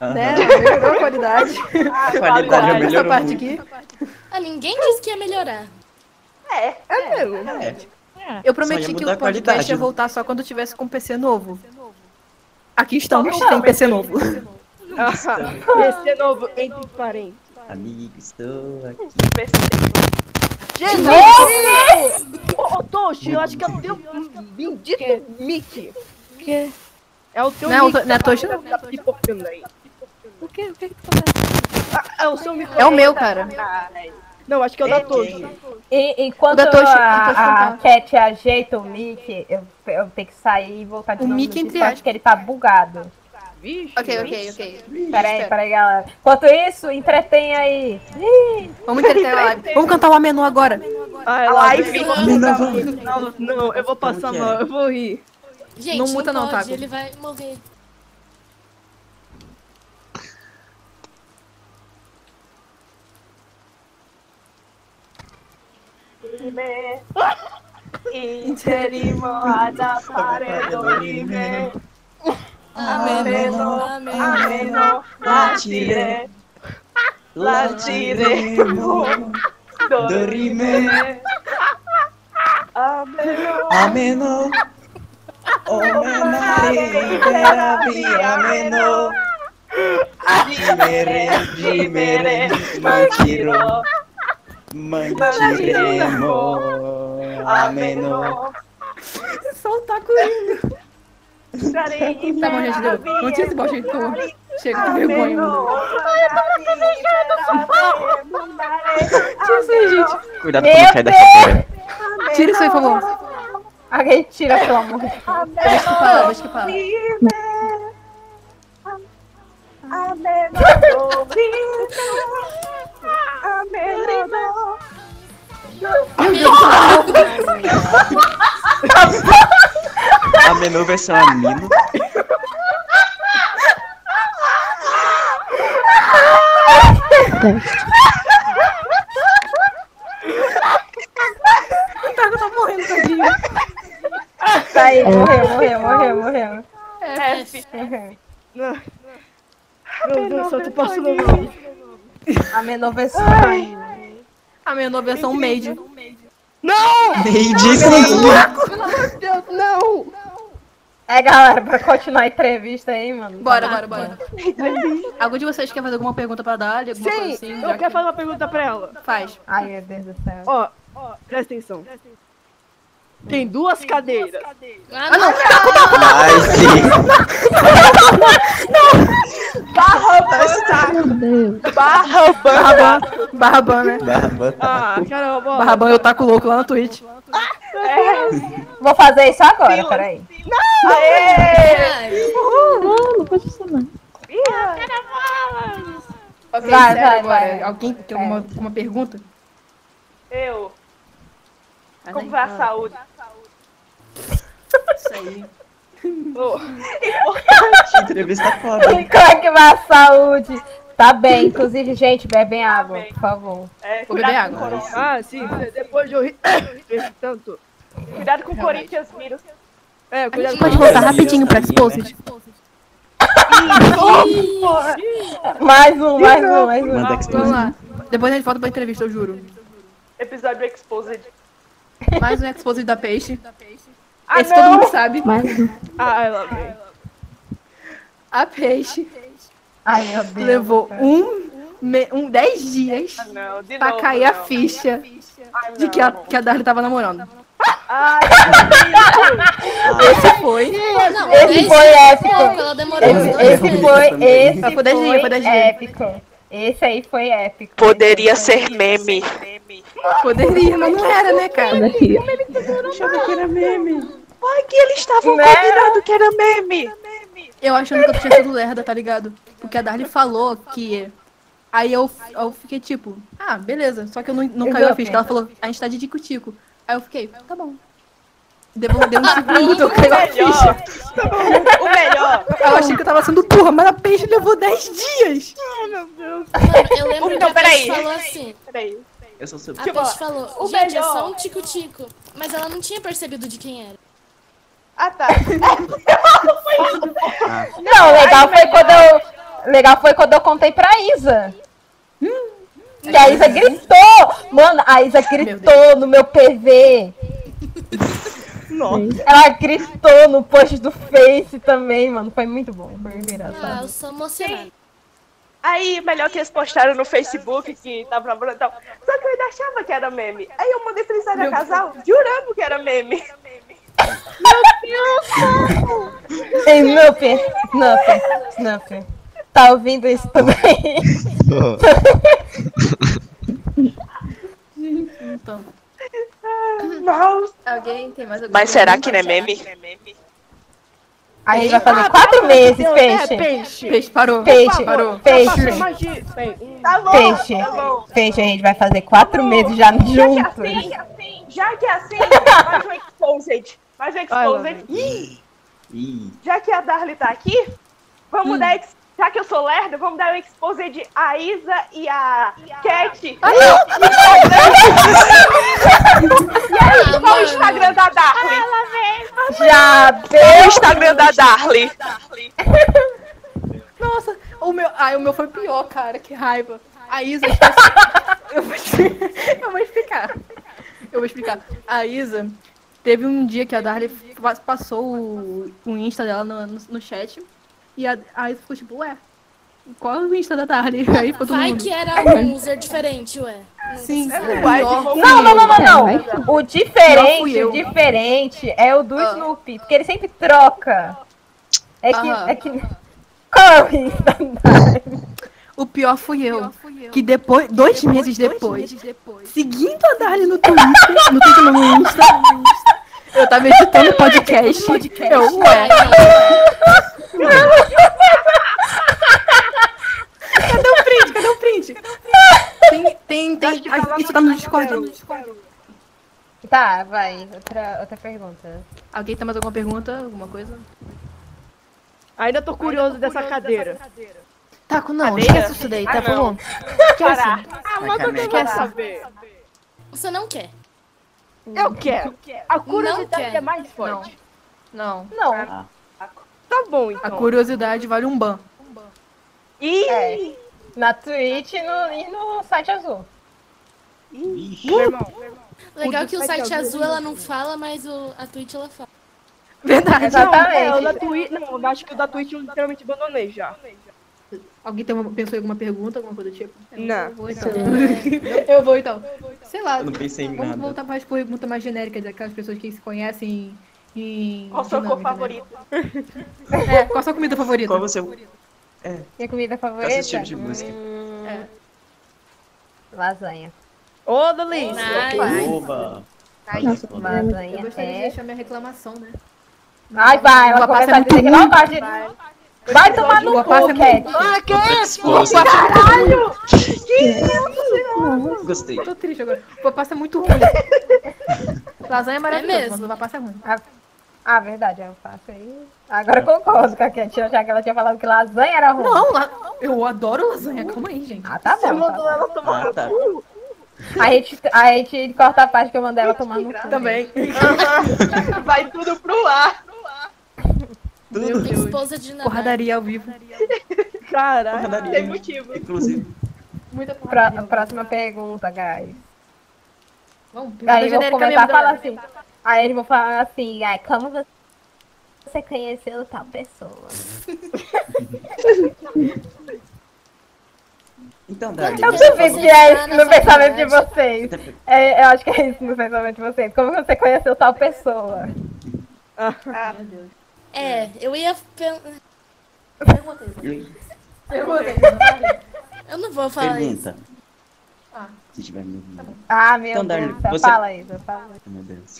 C: né? Melhorou a qualidade.
A: Ah,
B: A
A: qualidade.
B: qualidade é
C: Essa
B: melhorou
C: parte
B: muito.
C: aqui.
G: Ah, ninguém disse que ia melhorar.
B: É, Só
C: Eu prometi
B: ia
C: que
B: mudar
C: o
B: a
C: podcast
B: qualidade,
C: ia
B: né?
C: voltar só quando tivesse com PC novo.
D: Então
C: Aqui estamos sem PC novo.
D: Esse é novo, entre parênteses.
B: É. amigo, estou aqui.
D: Ô, Toshi, eu acho que é o teu bendito Mickey.
E: quê?
D: É o teu
C: Não,
D: Mickey
C: não é Toshi,
D: que tá pipocando aí.
E: O que? O que que tu tá
D: É o seu Mickey.
C: É o meu, cara.
D: Não, acho que é o da Toshi.
I: E, enquanto
C: O da Toshi- o Toshi
I: a, a
C: não tá.
I: Cat ajeita o Mickey, eu, eu tenho que sair e voltar de
C: O
I: novo
C: Mickey
I: no
C: entre
I: Discord,
C: aspas.
I: que ele tá bugado.
D: Vixe.
C: Ok, ok, ok.
I: Peraí,
C: Espera.
I: peraí, galera. Enquanto isso, entretém aí.
C: Vamos entreter a live. Vamos cantar o Amenu agora.
D: Ah,
A: A
D: ela
A: live.
D: Não, não, eu vou passar
B: Como que é?
D: mal, eu vou rir.
G: Gente,
C: Não muta não,
G: pode,
C: Taco.
G: ele vai morrer.
A: Interimoada paredolime,
G: Ah,
A: ameno,
G: Amém.
A: ameno, Ah, latire, latire,
B: Dorime,
A: ameno,
B: ameno, omenare, liberavi, ameno. Dimere, dimere, mantiro, mantiremo, ameno.
C: Só o Taco rindo. Tá
A: Tá
C: bom, gente, deu. Tá Não tinha esse balde de cor. Chega, que vergonha. Tira isso aí, gente.
B: Cuidado
I: pra não cair da
B: cadeira.
C: Tira isso aí, por favor.
I: Alguém tira, pelo amor de Deus.
C: Deixa que fala, deixa que fala.
B: Ameno versão amino.
C: O Taco tá morrendo, tadinho.
I: Tá aí, morreu, morreu, morreu, morreu.
G: F.
D: Meu Deus, eu tô passando mal.
I: A menor versão.
C: A Amenu, a versão um made.
B: Neide sim.
D: Não!
I: É, galera, pra continuar a entrevista aí, mano.
C: Bora, bora, bora. Algum de vocês quer fazer alguma pergunta pra Dali? Alguma coisa assim?
D: Sim,
C: Já
D: eu
C: que-
D: quero fazer uma pergunta pra ela.
C: Faz.
I: Ai, meu Deus do céu.
D: Ó, presta atenção. Tem duas cadeiras.
G: Ah, não.
B: Ai, sim.
C: Barraban. Barraban, né?
B: Barba.
D: Ah, caramba, ó. É,
C: Barraban, eu taco louco lá na Twitch.
I: Vou fazer isso agora, peraí.
G: Ai,
C: Ok,
I: Vai,
C: sério
I: vai,
C: agora.
I: vai. É.
C: Alguém tem alguma, alguma pergunta?
A: Eu, como vai a saúde?
C: Isso aí.
B: Entrevista foda.
I: Como é que vai a saúde? Tá bem, inclusive, gente, bebem
C: Tá
I: água,
A: bem.
I: por favor.
A: É,
C: Vou beber
A: cuidado,
C: água. né?
D: Ah, sim, depois de eu rir. Esse tanto.
A: cuidado com o Corinthians, Miro.
D: É, cuidado
C: Pode
D: com
C: voltar rapidinho pra Exposed.
I: Mais um, mais um, mais um.
B: Manda
C: Vamos
B: explosão.
C: lá. Depois a gente volta pra entrevista, eu juro.
A: Episódio Exposed.
C: Mais um Exposed da Peixe.
A: Ah,
C: Esse todo
A: não!
C: mundo sabe.
D: Ah, ela vem.
C: A Peixe
I: Ai, meu Deus.
C: levou um, me, um 10 dias
A: Ah, Não, de
C: pra
A: novo,
C: cair a
A: não.
C: ficha
A: Ah,
C: de que tá. a,
A: não.
C: que a Darly tava namorando.
A: Ai,
C: Esse foi.
G: não,
I: Esse foi épico.
G: Ela demorou uns dois
I: Esse, esse
G: meses.
I: foi, esse
C: Foi poderzinho,
I: foi
C: poderzinho.
I: épico. Esse aí foi épico.
A: Poderia ser meme.
C: Poderia, mas não era, né, cara?
A: Ai, que eles estavam
I: Né?
A: combinando que era meme.
C: Eu achando que eu tinha sido lerda, tá ligado? Porque a Darly falou que. Aí eu, eu fiquei tipo, ah, beleza. Só que eu não, não caiu a ficha. Ela falou, a gente tá de tico-tico. Aí eu fiquei, tá bom. Devolveu um segundo, eu caiu a ficha.
A: Melhor. O melhor.
C: Eu achei que eu tava sendo burra, mas a peixe levou 10 dias.
G: Mano, eu lembro
A: Então,
G: que a
A: peraí.
G: Peixe falou assim.
A: Peraí.
B: Eu sou super.
G: A Peixe falou,
A: o
G: gente, é
A: melhor-
G: só um tico-tico. Mas ela não tinha percebido de quem era.
A: Ah, tá.
I: Não, o legal foi quando eu. legal foi quando eu contei pra Isa. Hum. E a Isa gritou! Mano, a Isa gritou no meu PV.
B: Nossa.
I: Ela gritou no post do Face também, mano. Foi muito bom. Foi engraçado.
G: Ah, eu sou emocionada.
A: Aí, melhor que eles postaram no Facebook que tava na então, Só que eu ainda achava que era meme. Aí eu mandei pra Instagram casal, jurando que era meme.
I: Ei, Snooper, Snooper, Snooper. Tá ouvindo isso também?
C: Então,
A: Nossa.
C: alguém tem mais alguma
A: Mas será que não é meme?
I: A gente vai fazer quatro meses, É, peixe.
C: que... Peixe, parou.
I: Peixe,
C: Parou.
I: peixe,
A: Tá bom,
I: Peixe.
A: tá bom.
I: peixe. A gente vai fazer quatro meses já
A: Já que é
I: juntos.
A: assim, já que é assim, mais um exposed. Mais um exposed. Ih,
B: Ih,
A: já que a Darly tá aqui,
I: Hum.
A: vamos dar ex- já que eu sou lerda, vamos dar um exposed a Isa e a Cat.
G: Ah,
A: Qual o
G: mano.
A: Instagram da Darly?
I: Já
A: Qual o
I: deu.
A: Instagram da Darly?
C: Nossa, o meu. Ai, o meu foi pior, cara. Que raiva. A Isa. esquece- Eu vou explicar. Eu vou explicar. Eu vou explicar. A Isa. Teve um dia que a Darly fa- passou o, o Insta dela no, no, no chat. E a, a Isa ficou tipo, ué, qual é o Insta da Darly? Aí ficou todo
G: Vai
C: mundo.
G: que era um user diferente, ué.
C: Sim,
A: É
C: sim.
A: verdade,
C: Pior.
A: vou-
I: Não, não, não, não,
H: Não
I: não. O
C: Não fui
I: diferente,
C: eu.
I: o diferente é o do
C: Ah.
I: Snoopy, porque ele sempre troca. É que,
C: Aham.
I: é que. é Corre!
C: O pior fui eu. Que depois, dois, meses, depois, seguindo a Darly no Twitter, no Twitter não, no Insta, no Insta, eu tava editando o podcast, eu, ué, cadê o print, cadê o print? Tem, tem, tem, a- isso tá no Discord.
I: Tá, vai. Outra, outra pergunta.
C: Alguém tem mais alguma pergunta, alguma coisa?
D: Ainda tô curioso dessa cadeira.
C: Tá, com não, esquece isso daí, tá bom.
A: Parar.
B: sacanagem.
D: Quer saber?
G: Você não quer.
D: Eu quero. A curiosidade
G: quero.
D: é mais forte.
C: Não,
I: Não.
D: Tá bom,
C: a
D: então.
C: curiosidade vale um ban.
A: Ih,
I: É. Na Twitch e no, e no site azul.
B: Ixi.
D: Meu irmão,
G: Legal que o site azul ela não fala, mas o, a Twitch ela fala.
C: Verdade.
I: Exatamente.
D: Não, é, o da Twitch. Não, eu acho que o da Twitch eu literalmente abandonei já.
C: Alguém tem uma- pensou em alguma pergunta, alguma coisa do tipo? Eu
D: Não.
C: vou então. Eu vou então. Sei lá,
B: Eu não pensei em
C: vamos
B: nada.
C: voltar para as perguntas mais genéricas daquelas pessoas que se conhecem em.
A: qual sua cor
C: dinâmica, né?
A: favorita?
C: É, qual a sua comida favorita?
B: Qual você.
I: Minha comida
B: Qual
I: favorita?
B: seu estilo de música?
I: Hum,
C: É.
I: Lasanha.
D: Ô, delícia.
G: Mas-
B: Oba!
H: Nossa,
C: Eu
I: Lasanha
C: gostaria de
I: é...
C: deixar minha reclamação, né?
I: Ai, vai, ela
C: Uva passa
I: começa a
C: é
I: dizer
C: muito
I: que não
C: ruim.
I: gosta de... Vai tomar no
C: Uva
I: cu,
C: passa é
I: Cat.
C: muito
I: Ah, que
B: Gostei.
C: Tô triste agora. O passa é muito ruim. Lasanha é maravilhosa,
G: mesmo.
C: mas o passa é ruim.
I: Ah, verdade, eu faço aí. Agora eu concordo com a Cat, já que ela tinha falado que lasanha era ruim.
C: Não, la- eu adoro lasanha, calma aí, gente.
I: Ah, tá bom. tá bom.
B: Ah, tá.
I: A gente, a gente corta a parte que eu mandei ela tomar no cu.
C: Também.
A: Vai tudo pro ar.
B: Tudo.
G: Esposa de nada.
C: Porradaria ao vivo.
D: Caralho.
A: Tem
B: Porradaria.
A: motivo.
B: Inclusive.
C: Muita
I: Pró-
C: porradaria.
I: próxima pergunta, guys.
C: Vamos,
I: Aí
C: pergunta
I: eu vou
C: genérica
I: começar
C: mesmo,
I: a
C: né?
I: falar
C: galera.
I: assim. Aí eles vão falar assim, ai, como você- você conheceu tal pessoa?
B: Então, Dari.
I: Eu
G: Você
I: duvido que
G: está
I: é isso no
G: na
I: pensamento de
G: faculdade.
I: vocês. É, eu acho que é isso no pensamento de vocês. Como você conheceu tal pessoa?
G: É, eu ia. pen- Eu não vou falar isso.
B: Pergunta. Se tiver me ouvindo.
I: Ah, meu
B: Então, Darlene,
I: Deus. do céu.
B: você-
I: Fala, Isa, fala.
B: Meu Deus.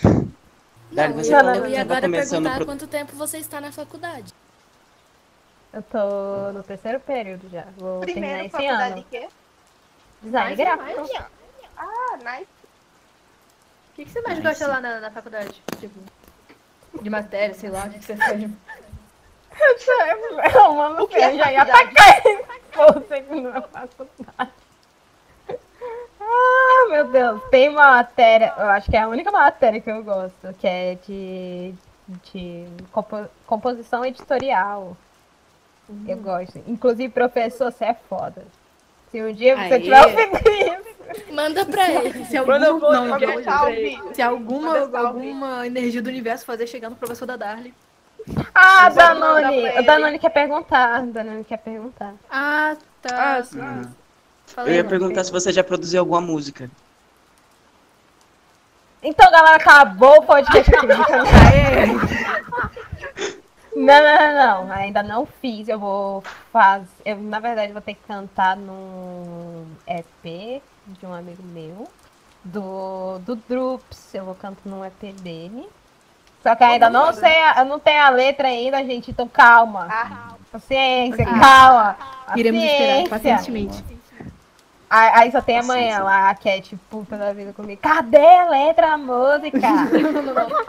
B: Dari,
G: Não,
B: você
G: eu,
I: tá-
G: eu ia
B: tá
G: agora
B: começando
G: perguntar
B: pro-
G: quanto tempo você está na faculdade.
I: Eu tô no terceiro período já. Vou terminar
A: Primeiro,
I: esse
A: faculdade
I: ano.
A: de quê?
I: Design
C: é
I: gráfico.
A: Ah, nice.
C: O que, que você mais gosta lá na, na faculdade? Tipo, de matéria, sei lá, o que, que você faz?
I: Eu amo o que
A: é
I: já ia atacar esse povo aqui na é faculdade. Ah, meu Deus. Tem uma matéria, eu acho que é a única matéria que eu gosto, que é de, de compo- composição editorial. Eu gosto. Inclusive, professor, você é foda. Se um dia você
C: Aê.
I: tiver ouvindo isso.
G: Manda pra ele.
C: Se algum,
A: Manda eu vou
C: não,
A: mandar
C: eu-
A: salve.
C: se alguma,
A: Manda salve.
C: alguma energia do universo fazer chegar no professor da Darly.
I: Ah,
A: Mas eu vou mandar
I: Danone!
A: pra
I: O Danone quer perguntar. O Danone quer perguntar.
C: Ah,
B: Ah,
C: tá.
B: eu
C: Falei,
B: ia perguntar se você já produziu alguma música.
I: Então, galera, acabou o podcast aqui. Não, não, não, não. Ainda não fiz. Eu vou fazer. Eu, na verdade, vou ter que cantar num EP de um amigo meu. Do, do Drups. Eu vou cantar num EP dele. Só que ainda não sei, a- eu não tenho a letra ainda, gente. Então calma. Paciência, calma.
C: Ah. Iremos esperar
I: paciência.
C: pacientemente.
I: Aí, aí só tem amanhã
B: Paciência.
I: lá, que é tipo, toda vida comigo. Cadê a letra da música?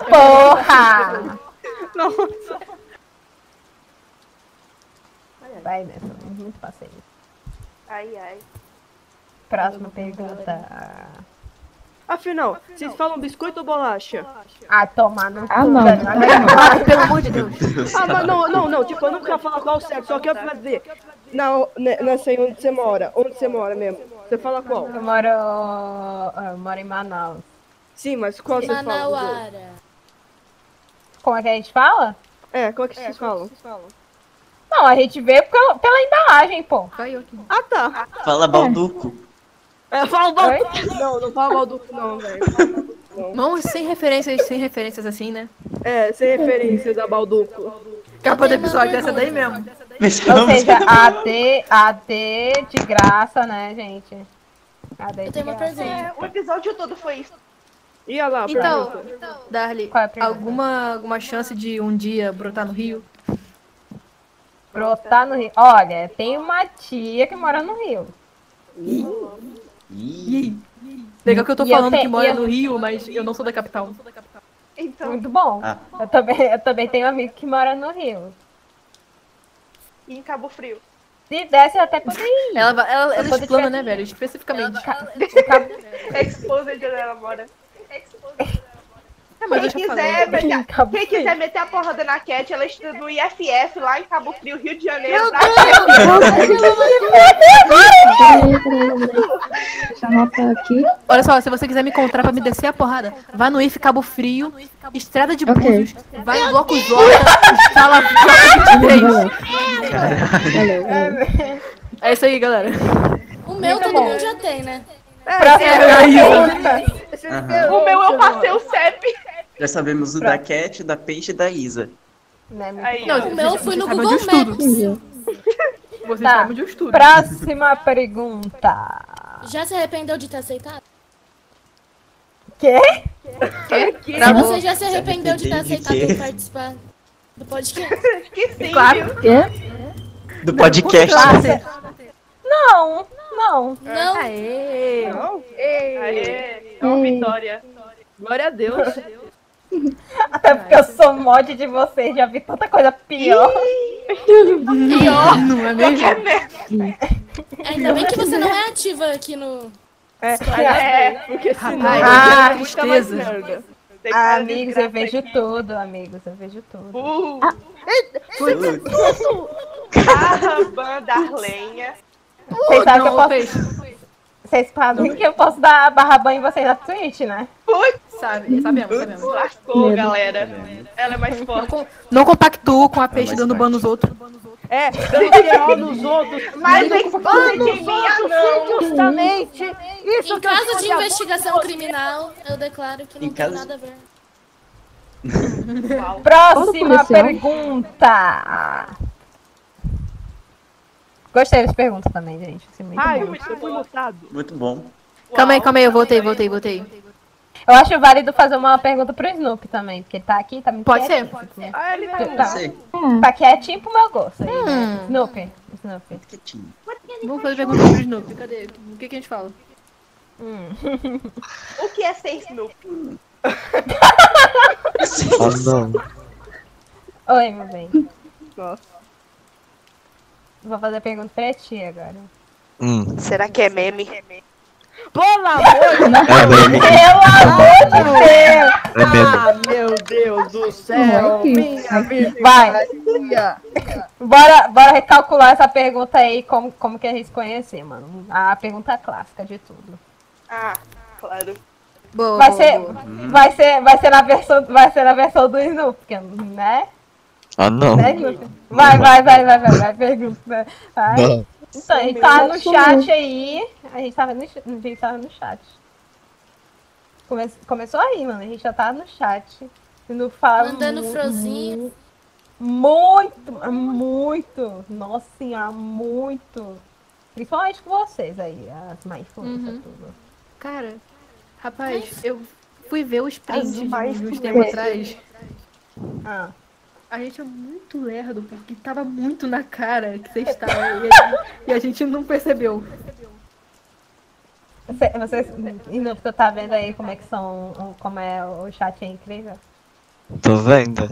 I: Porra! Vai, né? Muito paciência.
A: Ai, ai.
I: Próxima pergunta.
D: Afinal, vocês falam biscoito ou bolacha?
I: Ah, tomar no cu.
E: Ah, não.
I: Dani, vai tomar no
C: Ah, pelo amor de Deus.
D: Ah, mas não, não, não. Tipo, eu não quero falar qual sexo, só quero fazer. Não, né, não sei onde você mora. Onde você mora mesmo? Você fala qual?
I: cu. Eu moro, eu moro em Manaus.
D: Sim, mas qual você fala?
G: Manauara.
I: Como é que a gente fala?
D: É, qual é que vocês falam?
I: Não, a gente vê pela, pela embalagem, pô.
C: Caiu aqui.
D: Ah, tá.
B: Fala balduco.
A: tá.
D: É, fala
I: Oi?
D: Balduco. Não, não fala Balduco, não, velho.
C: Mãos sem referências, sem referências assim, né?
D: É, sem referências a Balduco.
C: Capa do episódio dessa daí mesmo.
I: Ou seja, AD, AD de graça, né, gente? AD
G: Eu
I: de
G: tenho uma
I: graça.
G: pergunta.
A: É, O episódio todo foi isso.
D: E olha lá,
C: Então,
D: pergunta.
C: Darly,
I: Qual é a pergunta?
C: alguma, alguma chance de um dia brotar no Rio?
I: Brotar tá no Rio. Olha, tem uma tia que mora no Rio.
B: Ih,
C: Legal que eu tô
I: E eu
C: falando
I: te-
C: que mora
I: e eu-
C: no Rio, mas eu não sou da capital.
A: Então,
I: Muito bom.
B: Ah.
I: Eu, também, eu também tenho um amigo que mora no Rio.
A: e em Cabo Frio.
I: Se desse, eu até poderia.
C: Ela, va- ela,
I: Eu
C: ela
I: sou de
C: explana,
I: Caxias.
C: né, velho? Especificamente.
A: É Exposed onde ela mora.
C: É, mas eu já
A: Quem
C: falei.
A: quiser, meter,
I: Cabo
A: quem
I: Frio.
A: quiser meter a porra da na Cat, ela estuda no IFF lá em Cabo Frio, Rio de Janeiro. tá?
E: Nota aqui.
C: Olha só, se você quiser me encontrar pra me descer a porrada, vá no IF Cabo Frio, Estrada de Búzios, vai no Bloco J, sala J23.
E: Valeu. valeu.
C: É isso aí, galera.
G: O meu todo mundo já tem, né?
B: aham.
A: O meu eu passei o CEP.
B: Já sabemos o da Cat, da Peixe e da Isa.
I: Né, muito
A: Aí,
I: bom.
A: ó.
G: O meu eu fui no
C: sabe
G: Google
C: onde eu estudo.
G: Maps.
C: Vocês
I: Tá.
C: sabem de eu estudo.
I: Próxima pergunta.
G: Já se arrependeu de ter aceitado?
I: Quê?
B: Tá
G: Se você já se arrependeu de ter
B: arrependeu de
G: aceitado
B: quê?
G: em participar do podcast?
A: Que sim,
C: Claro.
A: viu?
E: Quê?
B: Do podcast.
I: Não, não.
G: Não,
C: Aê!
A: Aê,
D: Hum.
A: ó, vitória.
D: Glória a Deus.
I: Até porque eu sou mod de vocês, já vi tanta coisa pior.
C: Não é mesmo?
G: ainda bem que você não é ativa aqui no.
D: É,
A: É.
D: porque senão
C: Rapaz,
I: Ah,
D: é muita mais
C: tristeza.
D: merda.
A: Tem
I: Ah,
A: cara de
I: amigos, eu
A: desgraça
I: vejo
A: aqui.
I: tudo, amigos, eu vejo tudo.
A: Uh,
B: Tudo.
A: Arraban da lenha.
I: Vocês
C: Tá,
I: sabem que eu posso-
C: peixe.
I: vocês sabem que eu posso dar barra banho em vocês na Twitch, né?
A: Putz,
C: Sabe, sabemos, sabemos.
A: lascou,
E: Medo.
A: galera. Ela é mais forte.
C: Não compactuo com a peixe
B: mas
C: dando
B: vai.
C: ban nos outros.
D: É, dando pior nos outros.
A: Mas nem expande de mim, não.
D: Justamente.
G: Em caso de investigação criminal, eu declaro que não
B: Em
G: tem
B: caso-
G: nada a ver.
I: Próxima
E: policial.
I: pergunta. Gostei das perguntas também, gente. Isso é muito
D: Ai,
I: bom.
D: eu fui mutado.
B: Muito bom.
C: Calma aí, calma aí, eu voltei, voltei, voltei.
I: Eu acho válido fazer uma pergunta pro Snoop também, porque ele tá aqui, tá muito
C: Pode
I: quietinho.
A: Ah, ele tá
I: Tá,
B: Você
I: tá quietinho pro meu gosto. aí, né? Snoop, Snoop.
B: quietinho.
C: Vamos fazer pergunta pro Snoopy. Cadê? O que, que a gente fala?
I: Hum.
A: O que é ser Snoop?
F: Ah, não.
I: Oi, meu bem.
D: Nossa.
I: Vou fazer a pergunta pra ti agora.
F: Hum.
A: Será que é meme?
D: Pelo amor de Deus!
F: É
I: Pelo amor de Deus!
D: Ah, meu Deus do céu! Minha vida!
I: Vai, bora, bora recalcular essa pergunta aí, como, como que a gente conhecer, mano. A pergunta clássica de tudo.
A: Ah, claro.
C: Boa,
I: Vai
C: boa,
I: ser,
C: boa.
I: vai ser, vai ser na versão, vai ser na versão do Snoop, porque, né?
F: Ah, não.
I: Né, Snoop? Vai, vai, vai, vai, vai, vai, pergunta. né? Vai.
F: Não.
I: Então, a gente tava no chat aí. A gente tava no, ch- a gente tava no chat. Come- começou aí, mano. A gente já tava no chat. Não fala
G: Mandando
I: mu-
G: frozinho.
I: Muito, muito. Nossa senhora, muito. Principalmente com vocês aí, as mais influências
D: Uhum.
I: tudo.
C: Cara, rapaz, eu fui ver os prints de
A: mais
C: uns
A: que
C: tempos
A: merda.
C: atrás.
I: Ah.
C: A gente é muito lerdo, porque tava muito na cara que você estava. E a gente, e a gente não percebeu.
I: Você- Vocês, e não, você tá vendo aí como é que são, o- como é o chat é incrível?
F: Tô vendo.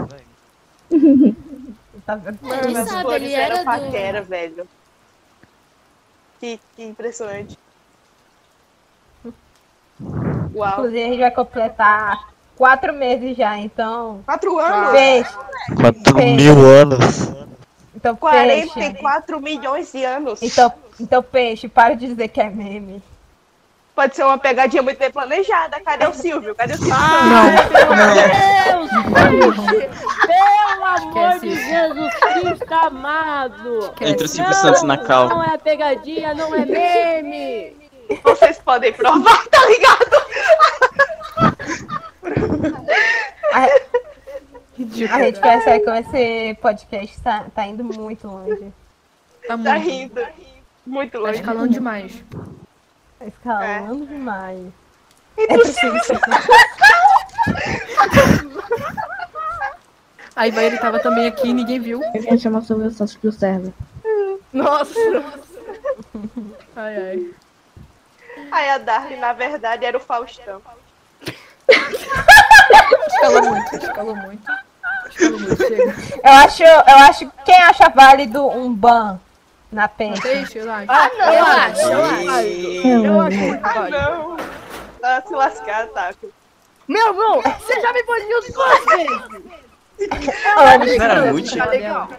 I: Tá vendo?
G: Ele
A: Mas
G: sabe,
A: flores
G: ele
A: eram
G: era do-
A: paquera, velho. Que, que impressionante. Uau.
I: Inclusive, a gente vai completar quatro meses já, então.
A: Quatro anos?
I: Fez.
F: 4
I: Sim.
F: mil anos.
I: Então, peixe.
A: 44 milhões de anos.
I: Então, então, peixe, para de dizer que é meme.
A: Pode ser uma pegadinha muito bem planejada. Cadê o Silvio? Cadê o Silvio?
D: Ah. Deus, Deus, pelo amor de
C: Esquece.
D: Jesus Cristo amado!
B: Entre o Silvio Santos na cal.
D: Não é pegadinha, não é meme!
A: Vocês podem provar, tá ligado?
I: A gente percebe como esse podcast tá, tá indo muito longe.
C: Tá
A: Tá
C: muito.
A: rindo. Muito
C: Tá
A: longe.
C: escalando demais.
I: Tá escalando demais. É
C: Aí vai, ele tava também aqui e ninguém viu.
L: Eu chamo a Silvia Santos pro server.
D: Nossa!
C: Ai, ai.
A: Aí a Darlene, na verdade, era o Faustão.
C: Escalou muito, escalou muito. Escalou muito, chega.
I: Eu acho, eu acho, quem acha válido um ban na peixe?
C: Deixa, eu acho.
A: Ah, não.
G: Eu acho.
D: Eu acho muito
A: Ah,
D: válido.
A: não. Ah, se lascar, Taco.
D: Tá Meu irmão, você já me baniu duas vezes!
B: Não era Ruth?
D: Tá legal.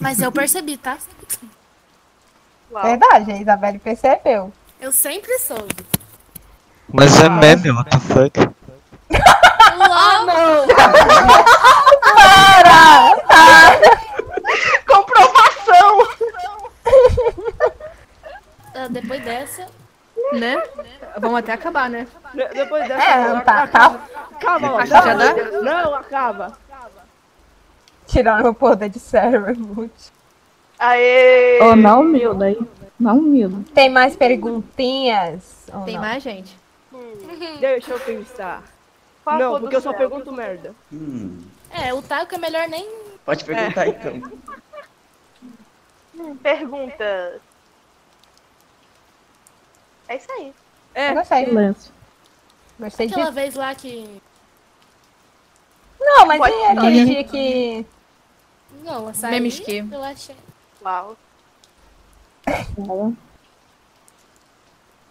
G: Mas eu percebi, tá?
A: Uau.
I: É Verdade, a Isabelle percebeu.
G: Eu sempre soube.
F: Mas é meme, what the fuck?
G: LOL,
I: Tá,
A: Comprovação!
G: ah, depois dessa.
C: Né? Vamos até acabar, né?
D: De- Depois dessa,
I: É, tá, tá
D: acaba. ó.
C: Acho que já dá?
D: Não, acaba.
I: tirando o poder de server muito.
A: Aê!
L: Ô, não humilda aí. Não humilda.
I: Tem mais perguntinhas? ou
C: Tem
I: não?
C: mais gente.
D: Deixa eu pensar.
A: Papo
D: não,
A: do
D: porque eu só
A: céu.
D: pergunto merda.
B: Hum,
G: É, o Taco é melhor nem.
B: pode perguntar então.
A: Pergunta. É isso aí.
I: Eu Gostei,
L: Silêncio.
I: gostei de
G: Aquela vez lá que.
I: Não, mas e aquele
L: Olha.
I: dia que.
G: Não, açaí.
C: Memes que?
G: Eu achei.
A: Uau.
L: Fala.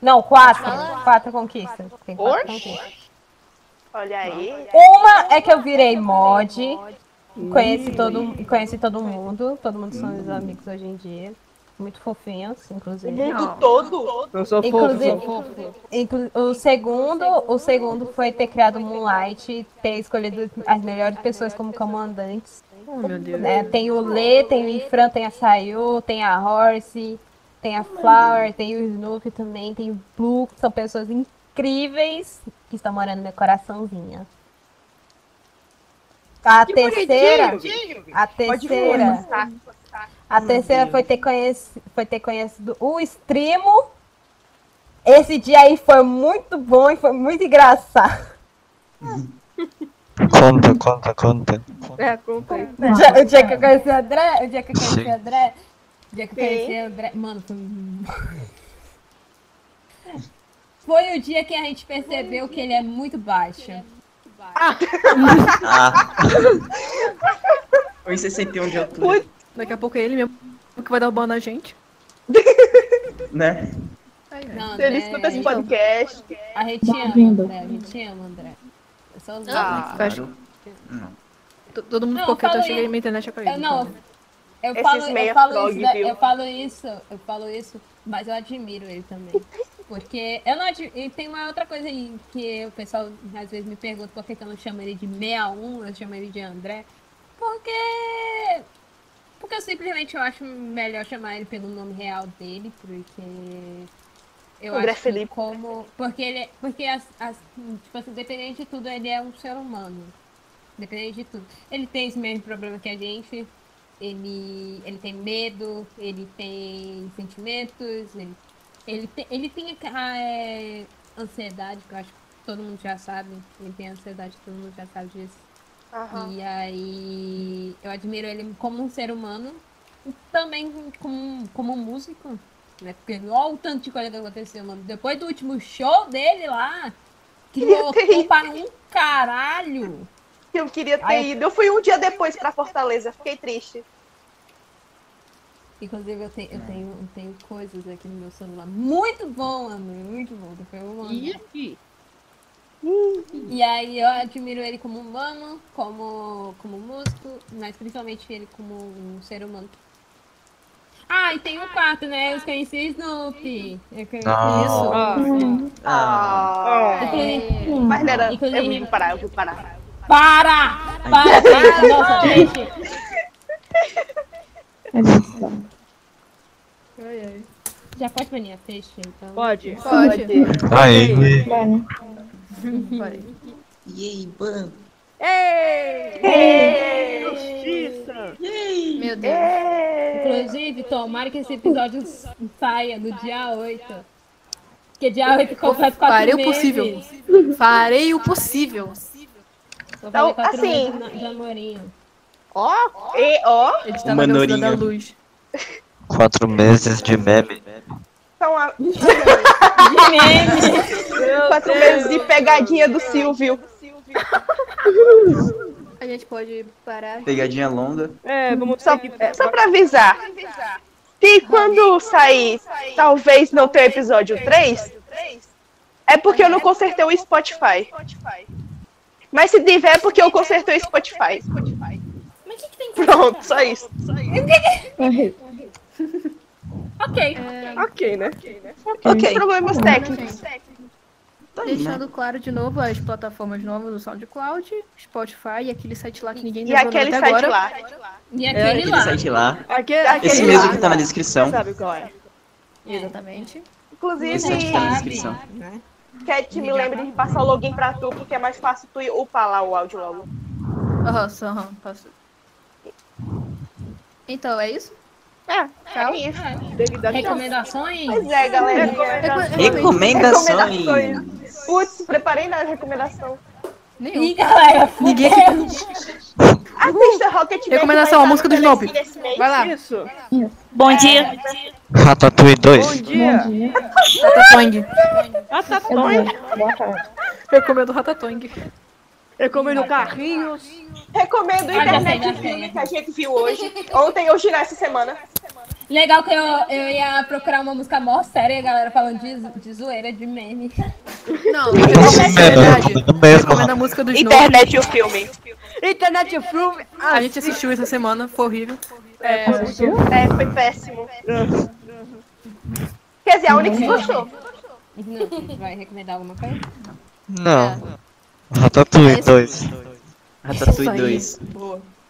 I: Não, quatro. Quatro conquistas. Tem quatro conquistas.
A: Olha aí.
I: Uma é que eu virei mod. Conheci todo, conheci todo mundo. Todo mundo são meus amigos hoje em dia. Muito fofinhos,
A: O
I: inclusive.
A: mundo
C: Não.
A: todo.
D: Não sou fofo,
I: Inclusive-
D: sou fofo.
I: Inclu- O segundo, o segundo foi ter criado o Moonlight, ter escolhido as melhores pessoas como comandantes.
C: Oh, meu Deus.
I: né? Tem o Lê, tem o Infran, tem a Sayu, tem a Horse, tem a Flower, tem o Snoopy também, tem o Blue, que são pessoas incríveis que estão morando no meu coraçãozinho. A terceira, a terceira, a terceira foi ter conhecido, foi ter conhecido o Extremo,
H: Esse dia aí foi muito bom e foi muito engraçado.
F: Conta, conta, conta.
H: É, conta aí. O dia, o dia que eu conheci o André, o dia que eu conheci o André, o dia que eu conheci o André. Mano, foi. Foi o dia que a gente percebeu que ele é muito baixo.
B: Ah. 1,61 de altura,
C: Daqui a pouco é ele mesmo que vai dar o ban na gente.
B: né?
H: Não,
A: Se ele
H: André,
A: escuta esse
H: então,
A: podcast.
H: A gente ama, André. A gente ama, André. Eu sou os
C: Ah, fecha.
B: Não.
C: T- Todo mundo
H: Não,
C: ficou quieto, eu
H: fala aí.
C: cheguei minha internet é caída.
H: Eu não. Eu
A: Esses
H: falo, eu
A: meia
H: falo
A: frog,
H: isso, da-
A: viu?
H: eu falo isso, eu falo isso, mas eu admiro ele também. Porque eu não admiro, e tem uma outra coisa aí que o pessoal às vezes me pergunta por que que eu não chamo ele de 61, eu chamo ele de André. Porque porque eu simplesmente eu acho melhor chamar ele pelo nome real dele, porque eu
A: André
H: acho
A: Felipe.
H: que como porque ele é- porque as, as, tipo assim, dependente de tudo, ele é um ser humano. Dependente de tudo. Ele tem esse mesmo problema que a gente. Ele, ele tem medo, ele tem sentimentos, ele, ele, tem, ele tem a, é, ansiedade, que eu acho que todo mundo já sabe. Ele tem ansiedade, todo mundo já sabe disso.
A: Aham.
H: E aí eu admiro ele como um ser humano, e também como, como um músico, né? Porque olha o tanto de coisa que aconteceu, mano. Depois do último show dele lá, que
A: Meu
H: lotou
A: Deus.
H: para um caralho.
A: Que eu queria ter
H: Ai.
A: ido. Eu fui um dia depois pra Fortaleza, fiquei triste.
H: Inclusive, eu tenho, eu tenho, eu tenho coisas aqui no meu celular. Muito bom, André. Muito bom. Tu foi um
M: E
H: André.
M: aqui?
H: E aí eu admiro ele como humano, como, como músico, mas principalmente ele como um ser humano. Ah, e tem um quarto, né? Eu conheci Snoopy. Eu conheci
F: Não.
H: isso. É.
B: Ah.
A: Ah.
H: Inclusive-
A: Mas não era.
H: Inclusive-
A: Eu vim parar, eu vim parar.
H: Para! Para, gente! Nossa, gente!
N: É isso.
H: Já pode banir a peixe, então.
I: Pode.
C: Pode.
F: Aí.
N: Vai, né?
C: Pode.
B: E aí, ban?
I: Justiça.
C: Meu Deus.
H: Inclusive, tomara que esse episódio saia no dia 8. Porque dia 8 completa 4
C: Farei o
H: meses.
C: possível. Farei o possível.
H: Vou fazer
A: Então,
H: quatro
A: assim-
H: meses de namorinho.
A: E, ó,
C: Ele está
B: Uma
C: na velocidade da
B: norinha.
C: luz.
F: Quatro meses de meme.
A: são a-
H: De meme!
A: quatro meses de pegadinha do Silvio.
C: A gente pode parar.
B: Pegadinha longa.
I: É, vamos
A: Só, é, só pra avisar. Que quando sair, talvez não tenha episódio 3, é porque eu não consertei o Spotify. Mas se tiver, é porque eu consertei o Spotify.
O: Mas o que, que tem que
A: Pronto, só isso.
N: Vai.
H: ok.
I: Ok, né?
B: Ok.
A: Problemas técnicos.
B: Tá aí, né?
C: Deixando claro de novo as plataformas novas do SoundCloud, Spotify e aquele site lá que ninguém
A: E
C: lembrou
A: aquele
C: até
A: site
C: agora.
A: lá.
H: E aquele
B: Aquele
H: lá.
B: site lá.
I: Aqui,
B: Esse
A: Aquele
B: mesmo
A: lá.
B: que tá na descrição.
I: Sabe qual é?
C: Exatamente.
A: Inclusive,
B: Esse mesmo que tá na descrição.
A: Cat, me lembre de passar o login pra tu, porque é mais fácil tu upar lá o áudio logo.
C: Aham, só, aham, passo. Então, é isso? É, tchau.
A: É isso.
H: Recomendações?
A: Pois é, galera.
C: é
B: Recomendações.
A: Putz, preparei na recomendação.
C: Nenhum.
H: Ih, galera,
C: Ninguém aqui.
A: Assista Rocket Band.
C: Recomendação,
A: vai
C: a música do
A: estar no
C: Snoop.
A: TLC nesse mês.
C: Vai lá,
I: Isso.
O: Bom dia.
F: Ratatouille 2.
I: Bom dia.
N: Bom dia.
C: Ratatouille.
I: Ah, tá
N: Eu
I: bom.
N: vou. Boa tarde.
C: Recomendo Ratatouille.
I: Recomendo carrinhos.
A: Recomendo o
H: Ah, já sei,
A: Internet
H: já sei.
A: Filme que a gente viu hoje. Ontem ou girar essa semana.
H: Legal que eu, eu ia procurar uma música mó séria, a galera falando de, zo- de zoeira, de meme.
C: Não,
F: Então,
C: recomeço, é verdade.
F: mesmo.
C: Recomendo a música do Snoop.
A: Internet e o filme.
I: Internet Frume.
C: Ah, A gente assistiu essa semana, foi horrível.
A: É, é, foi péssimo. Quer dizer, a única que gostou.
H: Não, você vai recomendar alguma coisa?
F: Não. Ratatouille 2.
B: Ratatouille 2.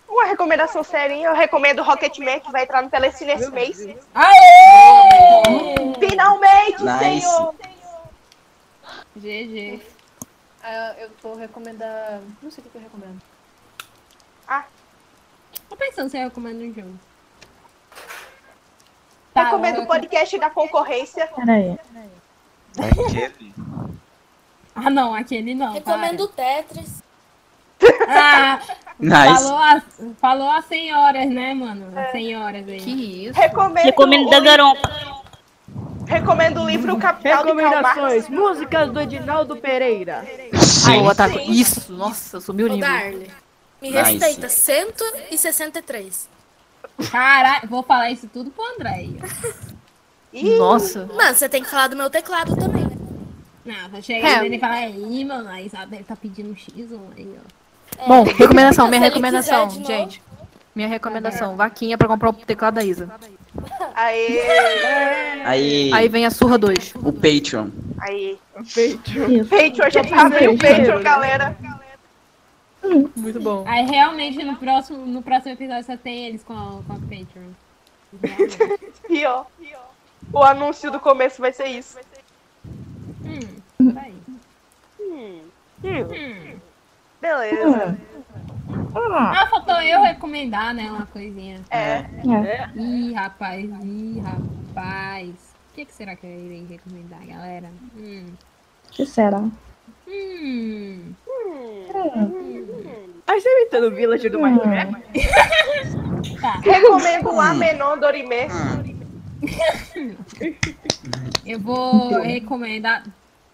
A: Uma recomendação serinha, eu recomendo Rocketman, que vai entrar no Telecine esse mês. Uhum.
H: Aê!
A: Finalmente,
B: Nice.
A: senhor!
H: GG.
C: Ah, eu vou recomendar. Não sei o que eu recomendo.
H: Tô pensando se eu recomendo um jogo.
A: Tá,
H: Tá,
A: recomendo o podcast da concorrência.
N: Pera aí.
F: Aquele?
H: Ah, não, aquele não.
G: Recomendo o Tetris.
H: Ah,
B: Nice.
H: falou, a, falou as senhoras, né, mano? As senhoras aí.
C: Que isso?
A: Recomendo.
P: Recomendo da Garompa.
A: Recomendo o livro O Capital do Karl Marx.
I: Recomendações, músicas do Edinaldo Pereira.
C: Ai, o Otaku. Tá Isso, nossa, sumiu o
G: Ô,
C: livro.
G: Darle, me
C: Nice.
G: respeita. 163.
H: Caralho, vou falar isso tudo pro André. aí, ó.
C: Nossa.
G: Mano, você tem que falar do meu teclado também, né?
H: Não, tá chegando
G: É.
H: ele e fala, aí, mano, a Isabel tá pedindo um X1 aí, ó.
C: Bom, recomendação,
H: Se
C: minha
H: ele
C: recomendação,
H: quiser de novo.
C: gente. Minha recomendação, vaquinha pra comprar o teclado da Isa.
A: Aê!
I: É.
B: Aí,
C: Aí vem a surra 2.
B: o Patreon.
A: Aí.
I: Patreon.
A: Patreon, a gente
H: Tá
A: abriu o
H: fazendo
A: Patreon,
H: dinheiro,
A: é galera.
C: Muito bom.
H: Aí realmente no próximo, no próximo episódio só tem eles com a, com a Patreon.
A: Pior. O anúncio do começo vai ser isso.
H: Hum, tá aí.
A: Hum.
H: Hum.
A: Beleza.
H: Ah, faltou eu recomendar, né, uma coisinha.
I: Ah.
A: É.
H: É. Ih, rapaz, ih, rapaz. O que, que será que eu irei recomendar, galera? Hum.
Q: O que será?
H: Hum.
I: Aí você imita no Tá Village do Minecraft?
A: Recomendo o Amenon Dorimê.
H: Eu vou recomendar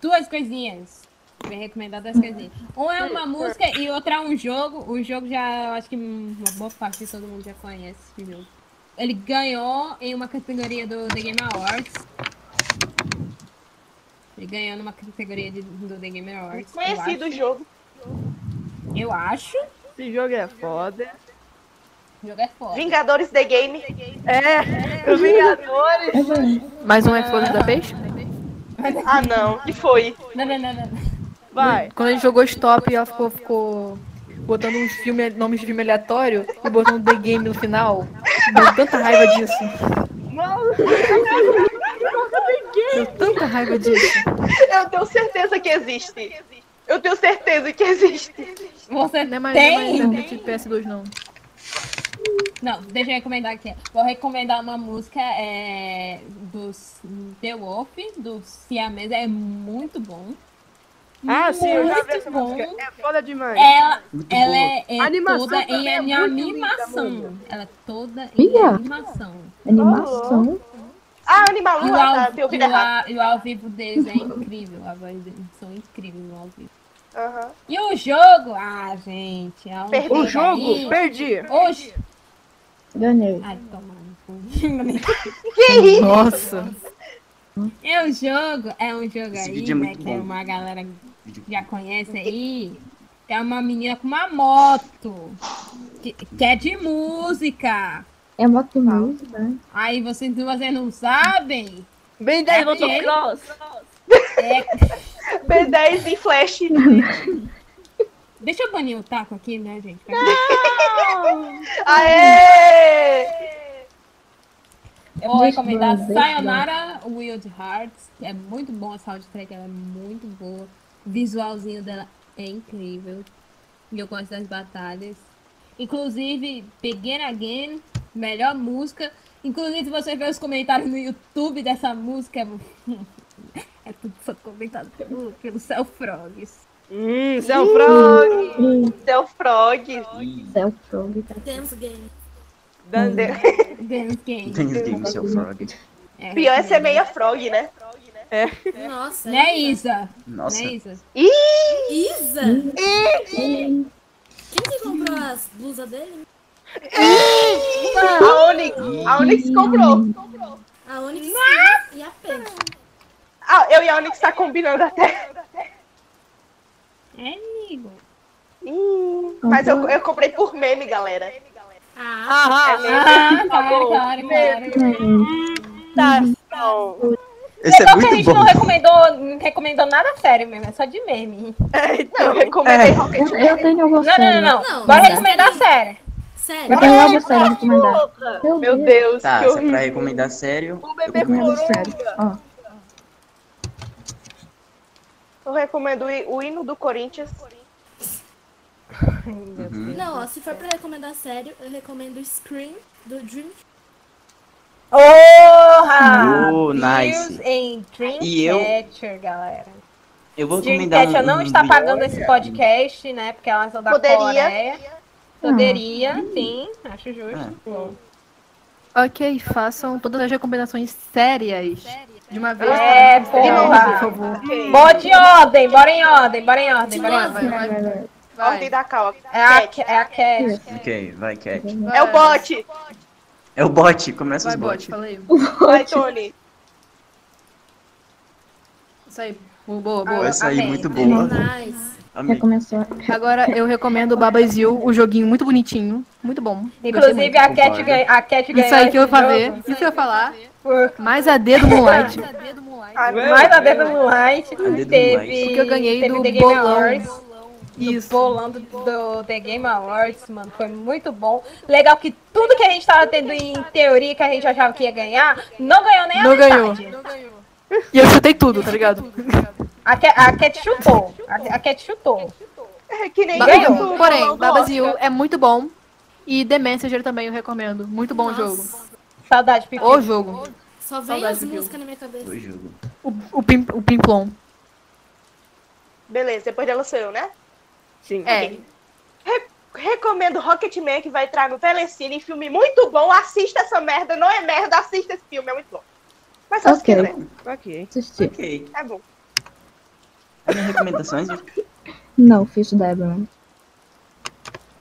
H: duas coisinhas. Vou recomendar duas coisinhas. Um é uma música e outra é um jogo. O jogo já, eu acho que uma boa parte de todo mundo já conhece esse jogo. Ele ganhou em uma categoria do The Game Awards. Ele ganhou numa categoria de- do The Game Awards. eu
A: Conhecido o
H: acho.
A: jogo.
H: Eu acho.
I: Esse jogo é foda.
H: O jogo é foda.
A: Vingadores The Game.
I: É, os Vingadores.
C: Mais um Explosão da Peixe?
A: Ah, não. E foi.
H: Não, não, não, não.
I: Vai.
C: Quando ele jogou Stop, ela ficou, ficou botando uns filme, nomes de filme aleatório e botando The Game no final. Deu tanta raiva disso. Deu tanta raiva disso.
A: Eu tenho certeza que existe. Eu tenho certeza que existe.
H: Você
C: Não é mais,
H: tem?
C: não é mais jogo de PS2, não.
H: Não, deixa eu recomendar aqui. Vou recomendar uma música é, dos The Wolf, do Siamese. É muito bom.
I: Ah, sim, eu já vi
H: Muito
I: essa música.
H: bom.
I: É foda demais.
H: Ela,
I: Muito
H: ela
I: boa.
H: é, é
I: A animação
H: toda
I: também
H: em
I: é
H: ani-
I: muito linda,
H: animação.
I: mano.
H: Ela é toda em
Q: Ih, ó.
H: animação.
Q: Animação.
A: Ah, Animal
H: E o,
A: Lua, tá,
H: ao,
A: tem ouvido
H: e o
A: errado.
H: a- e o ao vivo deles é incrível. A voz deles são incríveis no ao vivo.
A: Aham.
H: E o jogo? Ah, gente. é um
A: Perdi.
I: O jogo?
H: aí.
I: Perdi.
H: O j-
Q: Ganhei.
H: Ai, toma. no cu.
A: Que
C: Nossa.
H: É um jogo, é um jogo
B: Esse
H: aí,
B: vídeo é
H: né?
B: muito
H: Que
B: bom.
H: uma galera que já conhece aí. É uma menina com uma moto. Que, que é de música.
Q: É moto música, né?
H: Aí vocês duas aí não sabem?
I: Bem
H: É
I: 10
H: dele.
I: motocross.
A: B10 e Flash.
I: Hum.
H: Deixa eu banir o taco aqui, né, gente? Pra-
A: Aê!
H: Vou
Q: Deixa
H: recomendar
Q: eu ver, deixa eu ver.
H: Sayonara Wild Hearts. que É muito bom a soundtrack, ela é muito boa. O visualzinho dela é incrível. E eu gosto das batalhas. Inclusive, Begin Again, melhor música. Inclusive, você vê os comentários no YouTube dessa música. é- É tudo só comentado pelo, pelo Cell Frogs.
I: Hum, Céu Frog.
A: Hum, Seu Frog.
Q: Céu Frog. tá?
G: Dance Game.
I: Dande-
H: Dance Game.
B: Dance Game, seu Frog.
H: É,
A: Pior é ser meia Frog, né?
G: Nossa.
H: Né, Isa?
B: Nossa.
H: Né, Isa?
A: Ih!
G: Isa? Quem que comprou as blusas dele?
A: A Onyx. A Onyx comprou.
G: A Onix e a Pena.
A: Ah, eu e a Onyx tá combinando até.
H: É, amigo.
A: Ih, Mas eu, eu comprei por meme, galera.
G: Ah,
A: É
H: Ah,
A: meme.
H: claro, claro, claro.
A: Imitação.
B: Esse é
H: Legal que a
B: muito
H: gente não
B: bom.
H: recomendou, não recomendou nada sério mesmo, é só de meme.
A: Não, eu recomendei tipo Rocket
C: é.
Q: Eu, eu tenho alguma
H: Não, não, não, não.
G: Não,
H: Bora
G: não.
H: recomendar sério.
G: sério?
Q: Eu tenho algo sério pra recomendar.
A: Meu Deus,
B: Tá,
A: que
B: se é pra
A: horrível.
B: recomendar sério,
A: O
B: eu
A: bebê
B: recomendo.
A: corou.
Q: Sério. Ó,
A: Eu recomendo o hino do Corinthians.
B: Uhum.
G: Não, ó, se for pra recomendar sério, eu recomendo Scream do Dream.
I: Porra!
B: Oh, nice.
I: Views em
B: E eu-
I: Dreamcatcher, galera.
B: Eu vou encomendar
I: Dreamcatcher
B: um.
I: não
B: um
I: está
B: vídeo.
I: pagando esse podcast, né? Porque elas são da
A: Poderia.
I: Coreia. Poderia, sim. Acho justo.
C: Ok, façam todas as recomendações sérias. De uma vez.
I: É,
C: por
I: porra.
C: favor.
I: Bote em ordem, bora em ordem, bora em ordem, bora
C: Vai,
I: em ordem.
C: vai, vai.
A: Ordem da cal.
I: É a, Ca- é a Cat.
B: Ok, vai, Cat.
A: É o bot.
B: É o bot, começa
C: Vai,
B: os
C: bot,
B: bots.
C: fala aí.
A: Vai, Tony.
C: Isso aí. Boa, boa.
B: Essa aí, muito boa.
G: Nice.
L: Já
B: Amei.
L: começou.
C: Agora eu recomendo o Babazil, o joguinho muito bonitinho, muito bom. Gostei
I: Inclusive,
C: muito.
I: a Cat,
B: Concordo.
I: ganha- a Cat ganhou
C: isso aí que eu ia
I: esse
C: fazer,
I: jogo
C: isso que eu ia falar.
I: por-
C: Mais a D do Moonlight.
I: Mais a dedo no light.
B: dedo no
I: Teve.
B: light.
C: O que eu ganhei
I: teve
C: do
I: The Game
C: bolão.
I: Awards.
C: Isso.
I: Bolando do The Game Awards, mano, foi muito bom. Legal que tudo que a gente tava tendo em teoria que a gente achava que ia ganhar, não ganhou nem a
C: Não ganhou.
I: metade.
C: E eu chutei tudo, tá ligado?
I: A Cat, a Cat chutou. A, a Cat chutou.
A: É que nem
C: Ba- então,
I: Ganhou.
A: eu do
C: Porém,
A: bolão do
C: Babazil
A: Oscar.
C: é muito bom. E The Messenger também eu recomendo. Muito bom jogo.
I: Saudade, Pipi.
C: O jogo.
G: Só vem
C: Saudades
G: as
C: do Bill.
G: músicas na minha cabeça.
B: O jogo.
C: O, o, pim, o Pimplon.
A: Beleza, depois dela sou eu, né?
D: Sim.
C: É.
A: Recomendo Rocketman, que vai entrar no Telecine. Filme muito bom. Assista essa merda. Não é merda, assista esse filme. É muito bom. Mas só se
L: Ok.
A: quiser.
D: Ok.
L: Assisti.
B: Ok.
A: É bom.
B: As minhas recomendações.
L: Não, fiz da Evelyn.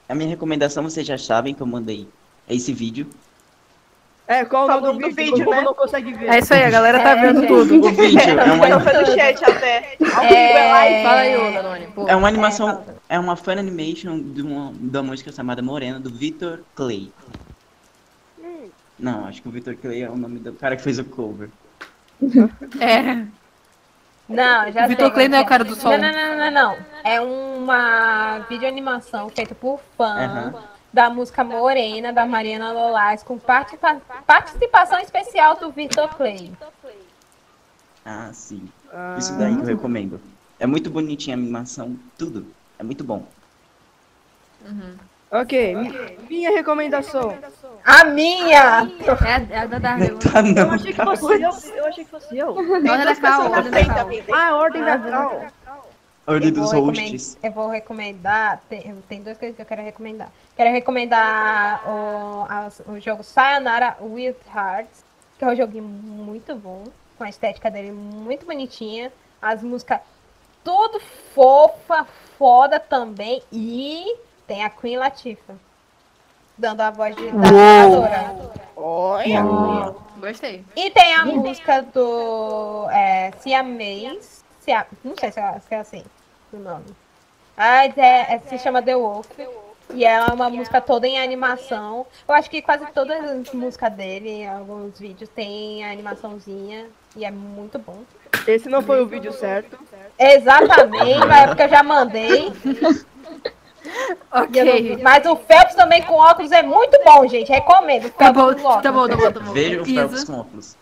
B: A minha recomendação, vocês já sabem que eu mandei esse vídeo.
D: É, qual
A: Só
D: o nome do vídeo? O Google
A: né?
D: não consegue ver.
C: É isso aí, a galera tá
I: É,
C: vendo
I: gente.
C: tudo.
B: O vídeo é
A: Ela
B: uma,
A: foi do chat até.
I: É...
C: Fala aí, ô Danone. pô.
B: é uma animação, é uma fan animation de uma, da música chamada Morena, do Victor Clay.
C: Hum.
B: Não, acho que o Victor Clay é o nome do cara que fez o cover.
C: É.
I: Não, já
C: O Vitor
I: sei,
C: Clay não é o
I: mas-
C: cara do
I: Não,
C: som.
I: não, não, não, não. É uma videoanimação feita por
C: Ah.
I: fã
B: Aham.
I: da música Morena, da Mariana Lolás, com participa- participação especial do Vitor Clay.
B: Ah, sim.
D: Ah,
B: Isso daí que eu recomendo. É muito bonitinha a animação, tudo. É muito bom.
D: ok, mi- minha recomendação.
I: A minha!
C: É a, é a da Darwin.
B: Tá
D: Eu
B: não,
D: achei que fosse eu, eu achei que fosse eu.
C: Olha da Cal,
A: Na
C: olha da
A: frente
C: Cal.
A: também.
D: Ah, a ordem da Cal.
B: ordem dos
I: vou recomen-
B: hosts.
I: eu vou recomendar. Tem, tem duas coisas que eu quero recomendar. Quero recomendar o, as- o jogo Sayonara With Hearts, que é um joguinho muito bom, com a estética dele muito bonitinha. As músicas tudo fofa, foda também. E tem a Queen Latifa. Dando a voz de da narradora.
B: É.
D: Olha.
C: Gostei.
I: E tem a
C: Uhum.
I: música do é, Siamês. Sia- não sei se é, se é assim o nome. Ah, é, é- se chama The Wolf. E ela é uma música toda em animação. Eu acho que quase todas as músicas dele, em alguns vídeos, tem a animaçãozinha. E é muito bom.
D: Esse não foi o vídeo certo.
I: Exatamente, na época eu já mandei. E eu não vi.
C: Ok.
I: Mas o Phelps também com óculos é muito bom, gente. Recomendo. o
C: Tá
I: Phelps
C: bom,
I: com óculos.
C: tá bom, tá bom, tá bom.
B: Vejam o Phelps
C: Isa.
B: com óculos.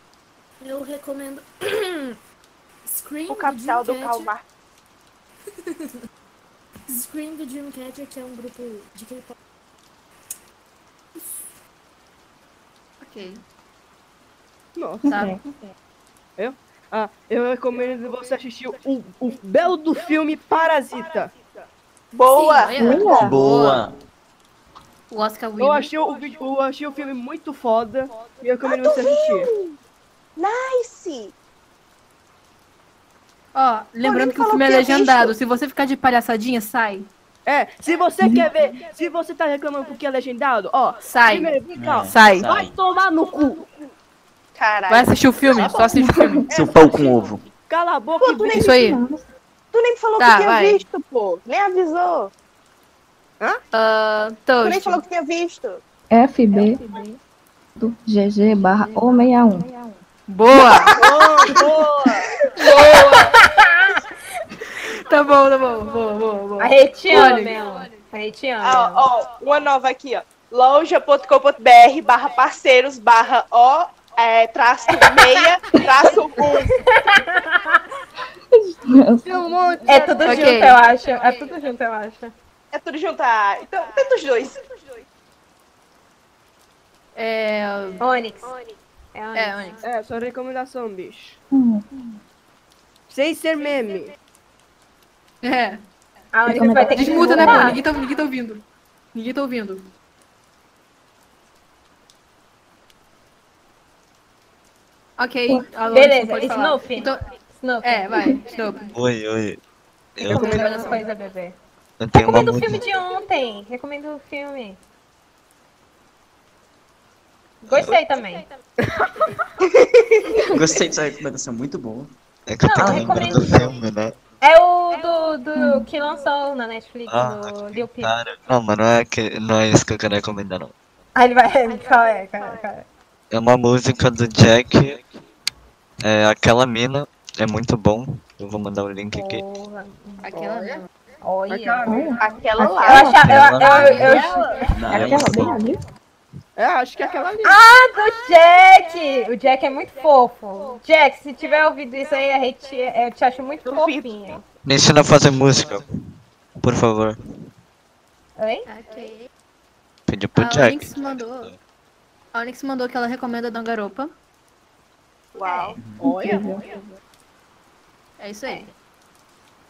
G: Eu recomendo Scream
A: O capital do
G: Dreamcatcher.
A: Calmar.
G: Scream do Dreamcatcher, que é um grupo de K-pop.
C: Ok.
D: Nossa.
C: Tá.
D: Ah, eu recomendo você assistir o, o belo do filme Parasita.
I: Tá
A: Boa.
C: Sim, olha.
L: Olha.
B: Boa!
C: O Oscar Wilde.
D: Eu achei o, vídeo- eu achei o filme muito foda e eu recomendo você assistir.
A: Nice.
C: Ó,
A: Porém,
C: lembrando que o
A: falou
C: filme é
A: que é lixo.
C: legendado. Se você ficar de palhaçadinha, sai.
D: É, se você quer ver, se você tá reclamando porque é legendado, ó,
C: Sai.
D: primeiro, vem
B: É,
D: cá, ó,
C: Sai.
D: vai tomar no cu.
A: Caralho.
C: Vai assistir o filme, só assiste o filme.
B: Seu pau com ovo.
D: Cala a boca e vem.
C: Isso aí.
A: Tu nem falou
C: Tá,
A: que tinha
C: vai.
A: visto, pô. Nem avisou.
C: Ah,
A: Tu nem
C: Toast.
A: falou que tinha visto.
L: FB do GG barra O61.
C: Boa.
D: Boa, boa.
C: Tá bom, tá bom. Boa, boa, boa.
I: A gente te ama,
C: Olha.
I: meu. A gente te ama.
A: Ah, ó, ó, uma nova aqui, ó. Loja.com.br barra parceiros barra O é, traço meia, traço um.
I: É tudo
C: Ok.
I: junto, eu acho. É tudo junto, eu acho.
A: É tudo junto. Ah, então, tanto os dois.
C: É,
I: Onix. É Onix.
C: É, Onix.
D: É, sua recomendação, bicho.
L: Hum.
D: Sem ser meme.
C: É.
I: A Onix vai ter que
C: Desmuta, né, pô?
I: mudar.
C: Ninguém tá, ninguém tá ouvindo. Ninguém tá ouvindo. Ok, Alonso,
I: Beleza,
C: pode falar.
I: Snoopy.
C: Então,
I: Snoopy.
C: é, vai, Snoopy.
F: Oi, oi. Eu,
I: Recomendando coisa, bebê.
F: eu tenho uma
I: Recomendo o filme
F: música.
I: de ontem. Recomendo o filme. Gostei também.
B: Gostei dessa recomendação, muito boa.
F: É que eu tenho que
I: Não, eu
F: lembrar do
I: recomendo.
F: filme, né?
I: É o do, do que lançou na Netflix,
F: Ah,
I: do Lil Peep.
F: Cara, não, mas não é, que, não é isso que eu quero recomendar, não.
I: Ah, ele vai. Qual é? Qual é? Qual é?
F: É uma música do Jack. É aquela mina. É muito bom. Eu vou mandar o link aqui.
I: Porra.
C: Aquela mesmo.
I: Olha.
A: Aquela
I: Eu
A: lá.
I: achava. Eu, eu, eu,
L: Aquela bem ali?
D: É, acho que é aquela ali.
I: do Jack! O Jack é muito fofo. Jack, se tiver ouvido isso aí, a gente, eu te acho muito fofinha.
F: Me ensina a fazer música. Por favor.
I: Oi?
C: Ok.
F: Pedi pro
C: A
F: Jack.
C: Onyx mandou. A Onyx mandou que ela recomenda Dangaropa.
A: Uau.
C: Uhum.
D: Olha.
L: Incrível.
C: É isso aí.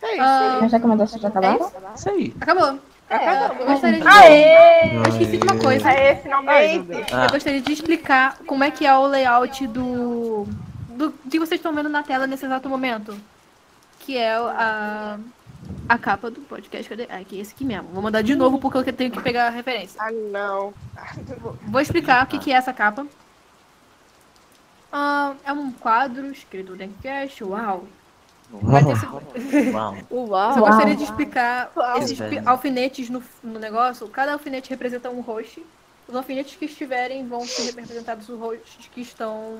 D: É isso.
C: Ah,
L: As recomendações já acabaram?
B: Isso aí.
C: acabou.
D: Acabou.
C: Ah, eu gostaria de.
I: Aê!
C: Eu esqueci de uma coisa.
A: Aê, finalmente.
B: Ah.
C: Eu gostaria de explicar como é que é o layout do, do que vocês estão vendo na tela nesse exato momento. Que é o- a, a capa do podcast. Cadê? Ah, Aqui, esse aqui mesmo. Vou mandar de novo porque eu tenho que pegar a referência.
A: Ah, não.
C: Vou explicar o que, que é essa capa. Ah, é um quadro escrito no Cash. Uau! Vai ter esse-
B: Uau.
C: Mas eu
L: Uau.
C: gostaria de explicar
A: Uau.
C: esses pi-
B: Velho.
C: alfinetes no, no negócio. Cada alfinete representa um host. Os alfinetes que estiverem vão ser representados os hosts que estão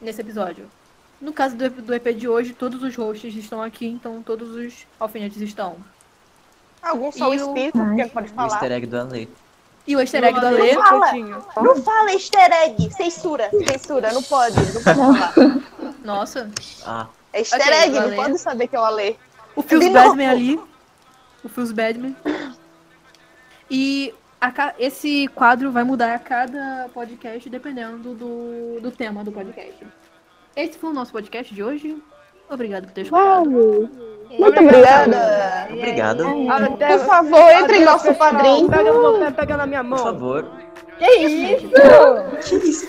C: nesse episódio. No caso do, do EP de hoje, todos os hosts estão aqui, então todos os alfinetes estão.
A: Algum só o
C: E o-
A: espírito, porque não pode
B: O
A: falar.
B: easter egg do Ale.
C: E o easter egg do Ale.
D: é
A: Fala. Não fala easter egg. Censura, censura. Não pode, não pode falar.
C: Nossa.
B: Ah,
A: É easter
C: Ok,
A: egg, não
C: valeu.
A: pode saber que é o Ale.
C: O Phil's
A: De novo.
C: Badman ali. O Phil's Badman. E a ca- esse quadro vai mudar a cada podcast dependendo do, do tema do podcast. Esse foi o nosso podcast de hoje. Obrigado por ter escutado.
A: Muito obrigada.
B: obrigado.
D: Até-
A: Por favor, entre em
D: adeus,
A: nosso
D: pessoal.
A: padrinho.
D: Pega, no- pega na minha
B: Por
D: mão.
B: favor.
I: Que isso? Que isso?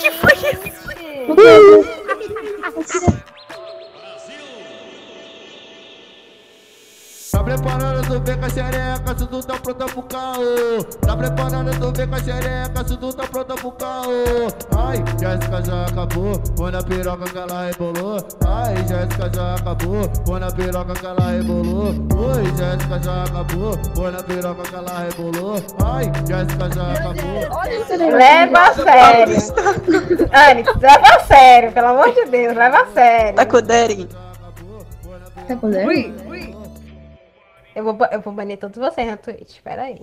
I: Que foi isso?
R: Tá preparando, tu vem com a xereca, se tu tá pronta pro caô. Tá preparando, tu vem com a xereca, se tu tá pronta pro caô. Ai, Jéssica já acabou, foi na piroca que ela rebolou. Ai, Jéssica já acabou, foi na piroca que ela rebolou. Oi, Jéssica já acabou, foi na piroca que ela rebolou. Ai, Jéssica já acabou.
I: Leva a sério. Anne, leva a sério, pelo amor de Deus, leva a sério.
B: com o Deren.
L: Tá com zero?
I: Eu vou, ba- eu vou banir todos vocês na Twitch, peraí.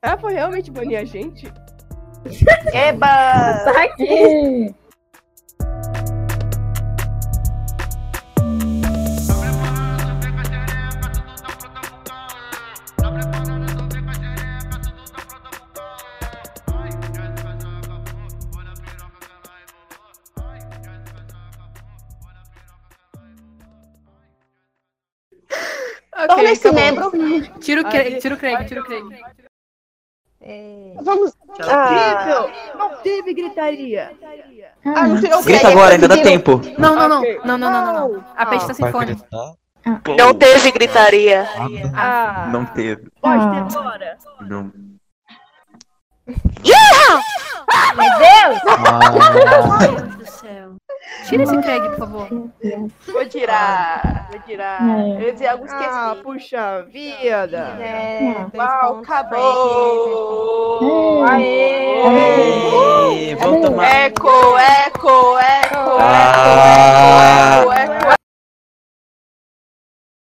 D: Ela Ah, foi realmente banir a gente?
A: Eba!
I: Tá aqui.
L: Ei.
C: Ok,
A: Torne-se
C: acabou.
A: membro.
C: Tira o Craig, tira o Craig, tira o Craig.
I: Ei.
A: Vamos. Ah,
D: Incrível! Não teve gritaria.
A: ah, não tirou o Craig.
B: Grita agora, ainda dá tempo.
C: Não, não, não.
D: Ok.
C: Não, não, não, não, não. A peste tá
F: Vai
C: sinfônica.
F: gritar?
A: Não teve gritaria.
D: Ah,
B: Não teve.
D: pode ter
L: Ah.
D: embora.
B: Não.
I: Meu Deus!
F: Ah,
C: Meu Deus do céu. Tira esse Craig, por favor.
A: Vou tirar. Vou tirar.
L: É.
A: Eu ia dizer algo
D: Ah,
A: esqueci.
D: puxa vida.
I: É,
L: Não.
I: dois
A: Mal,
I: pontos,
A: acabou.
L: Ei.
A: É,
I: Aê!
B: Ei, Vamos tomar.
A: Eco, eco, eco, eco,
F: Ah.
A: eco,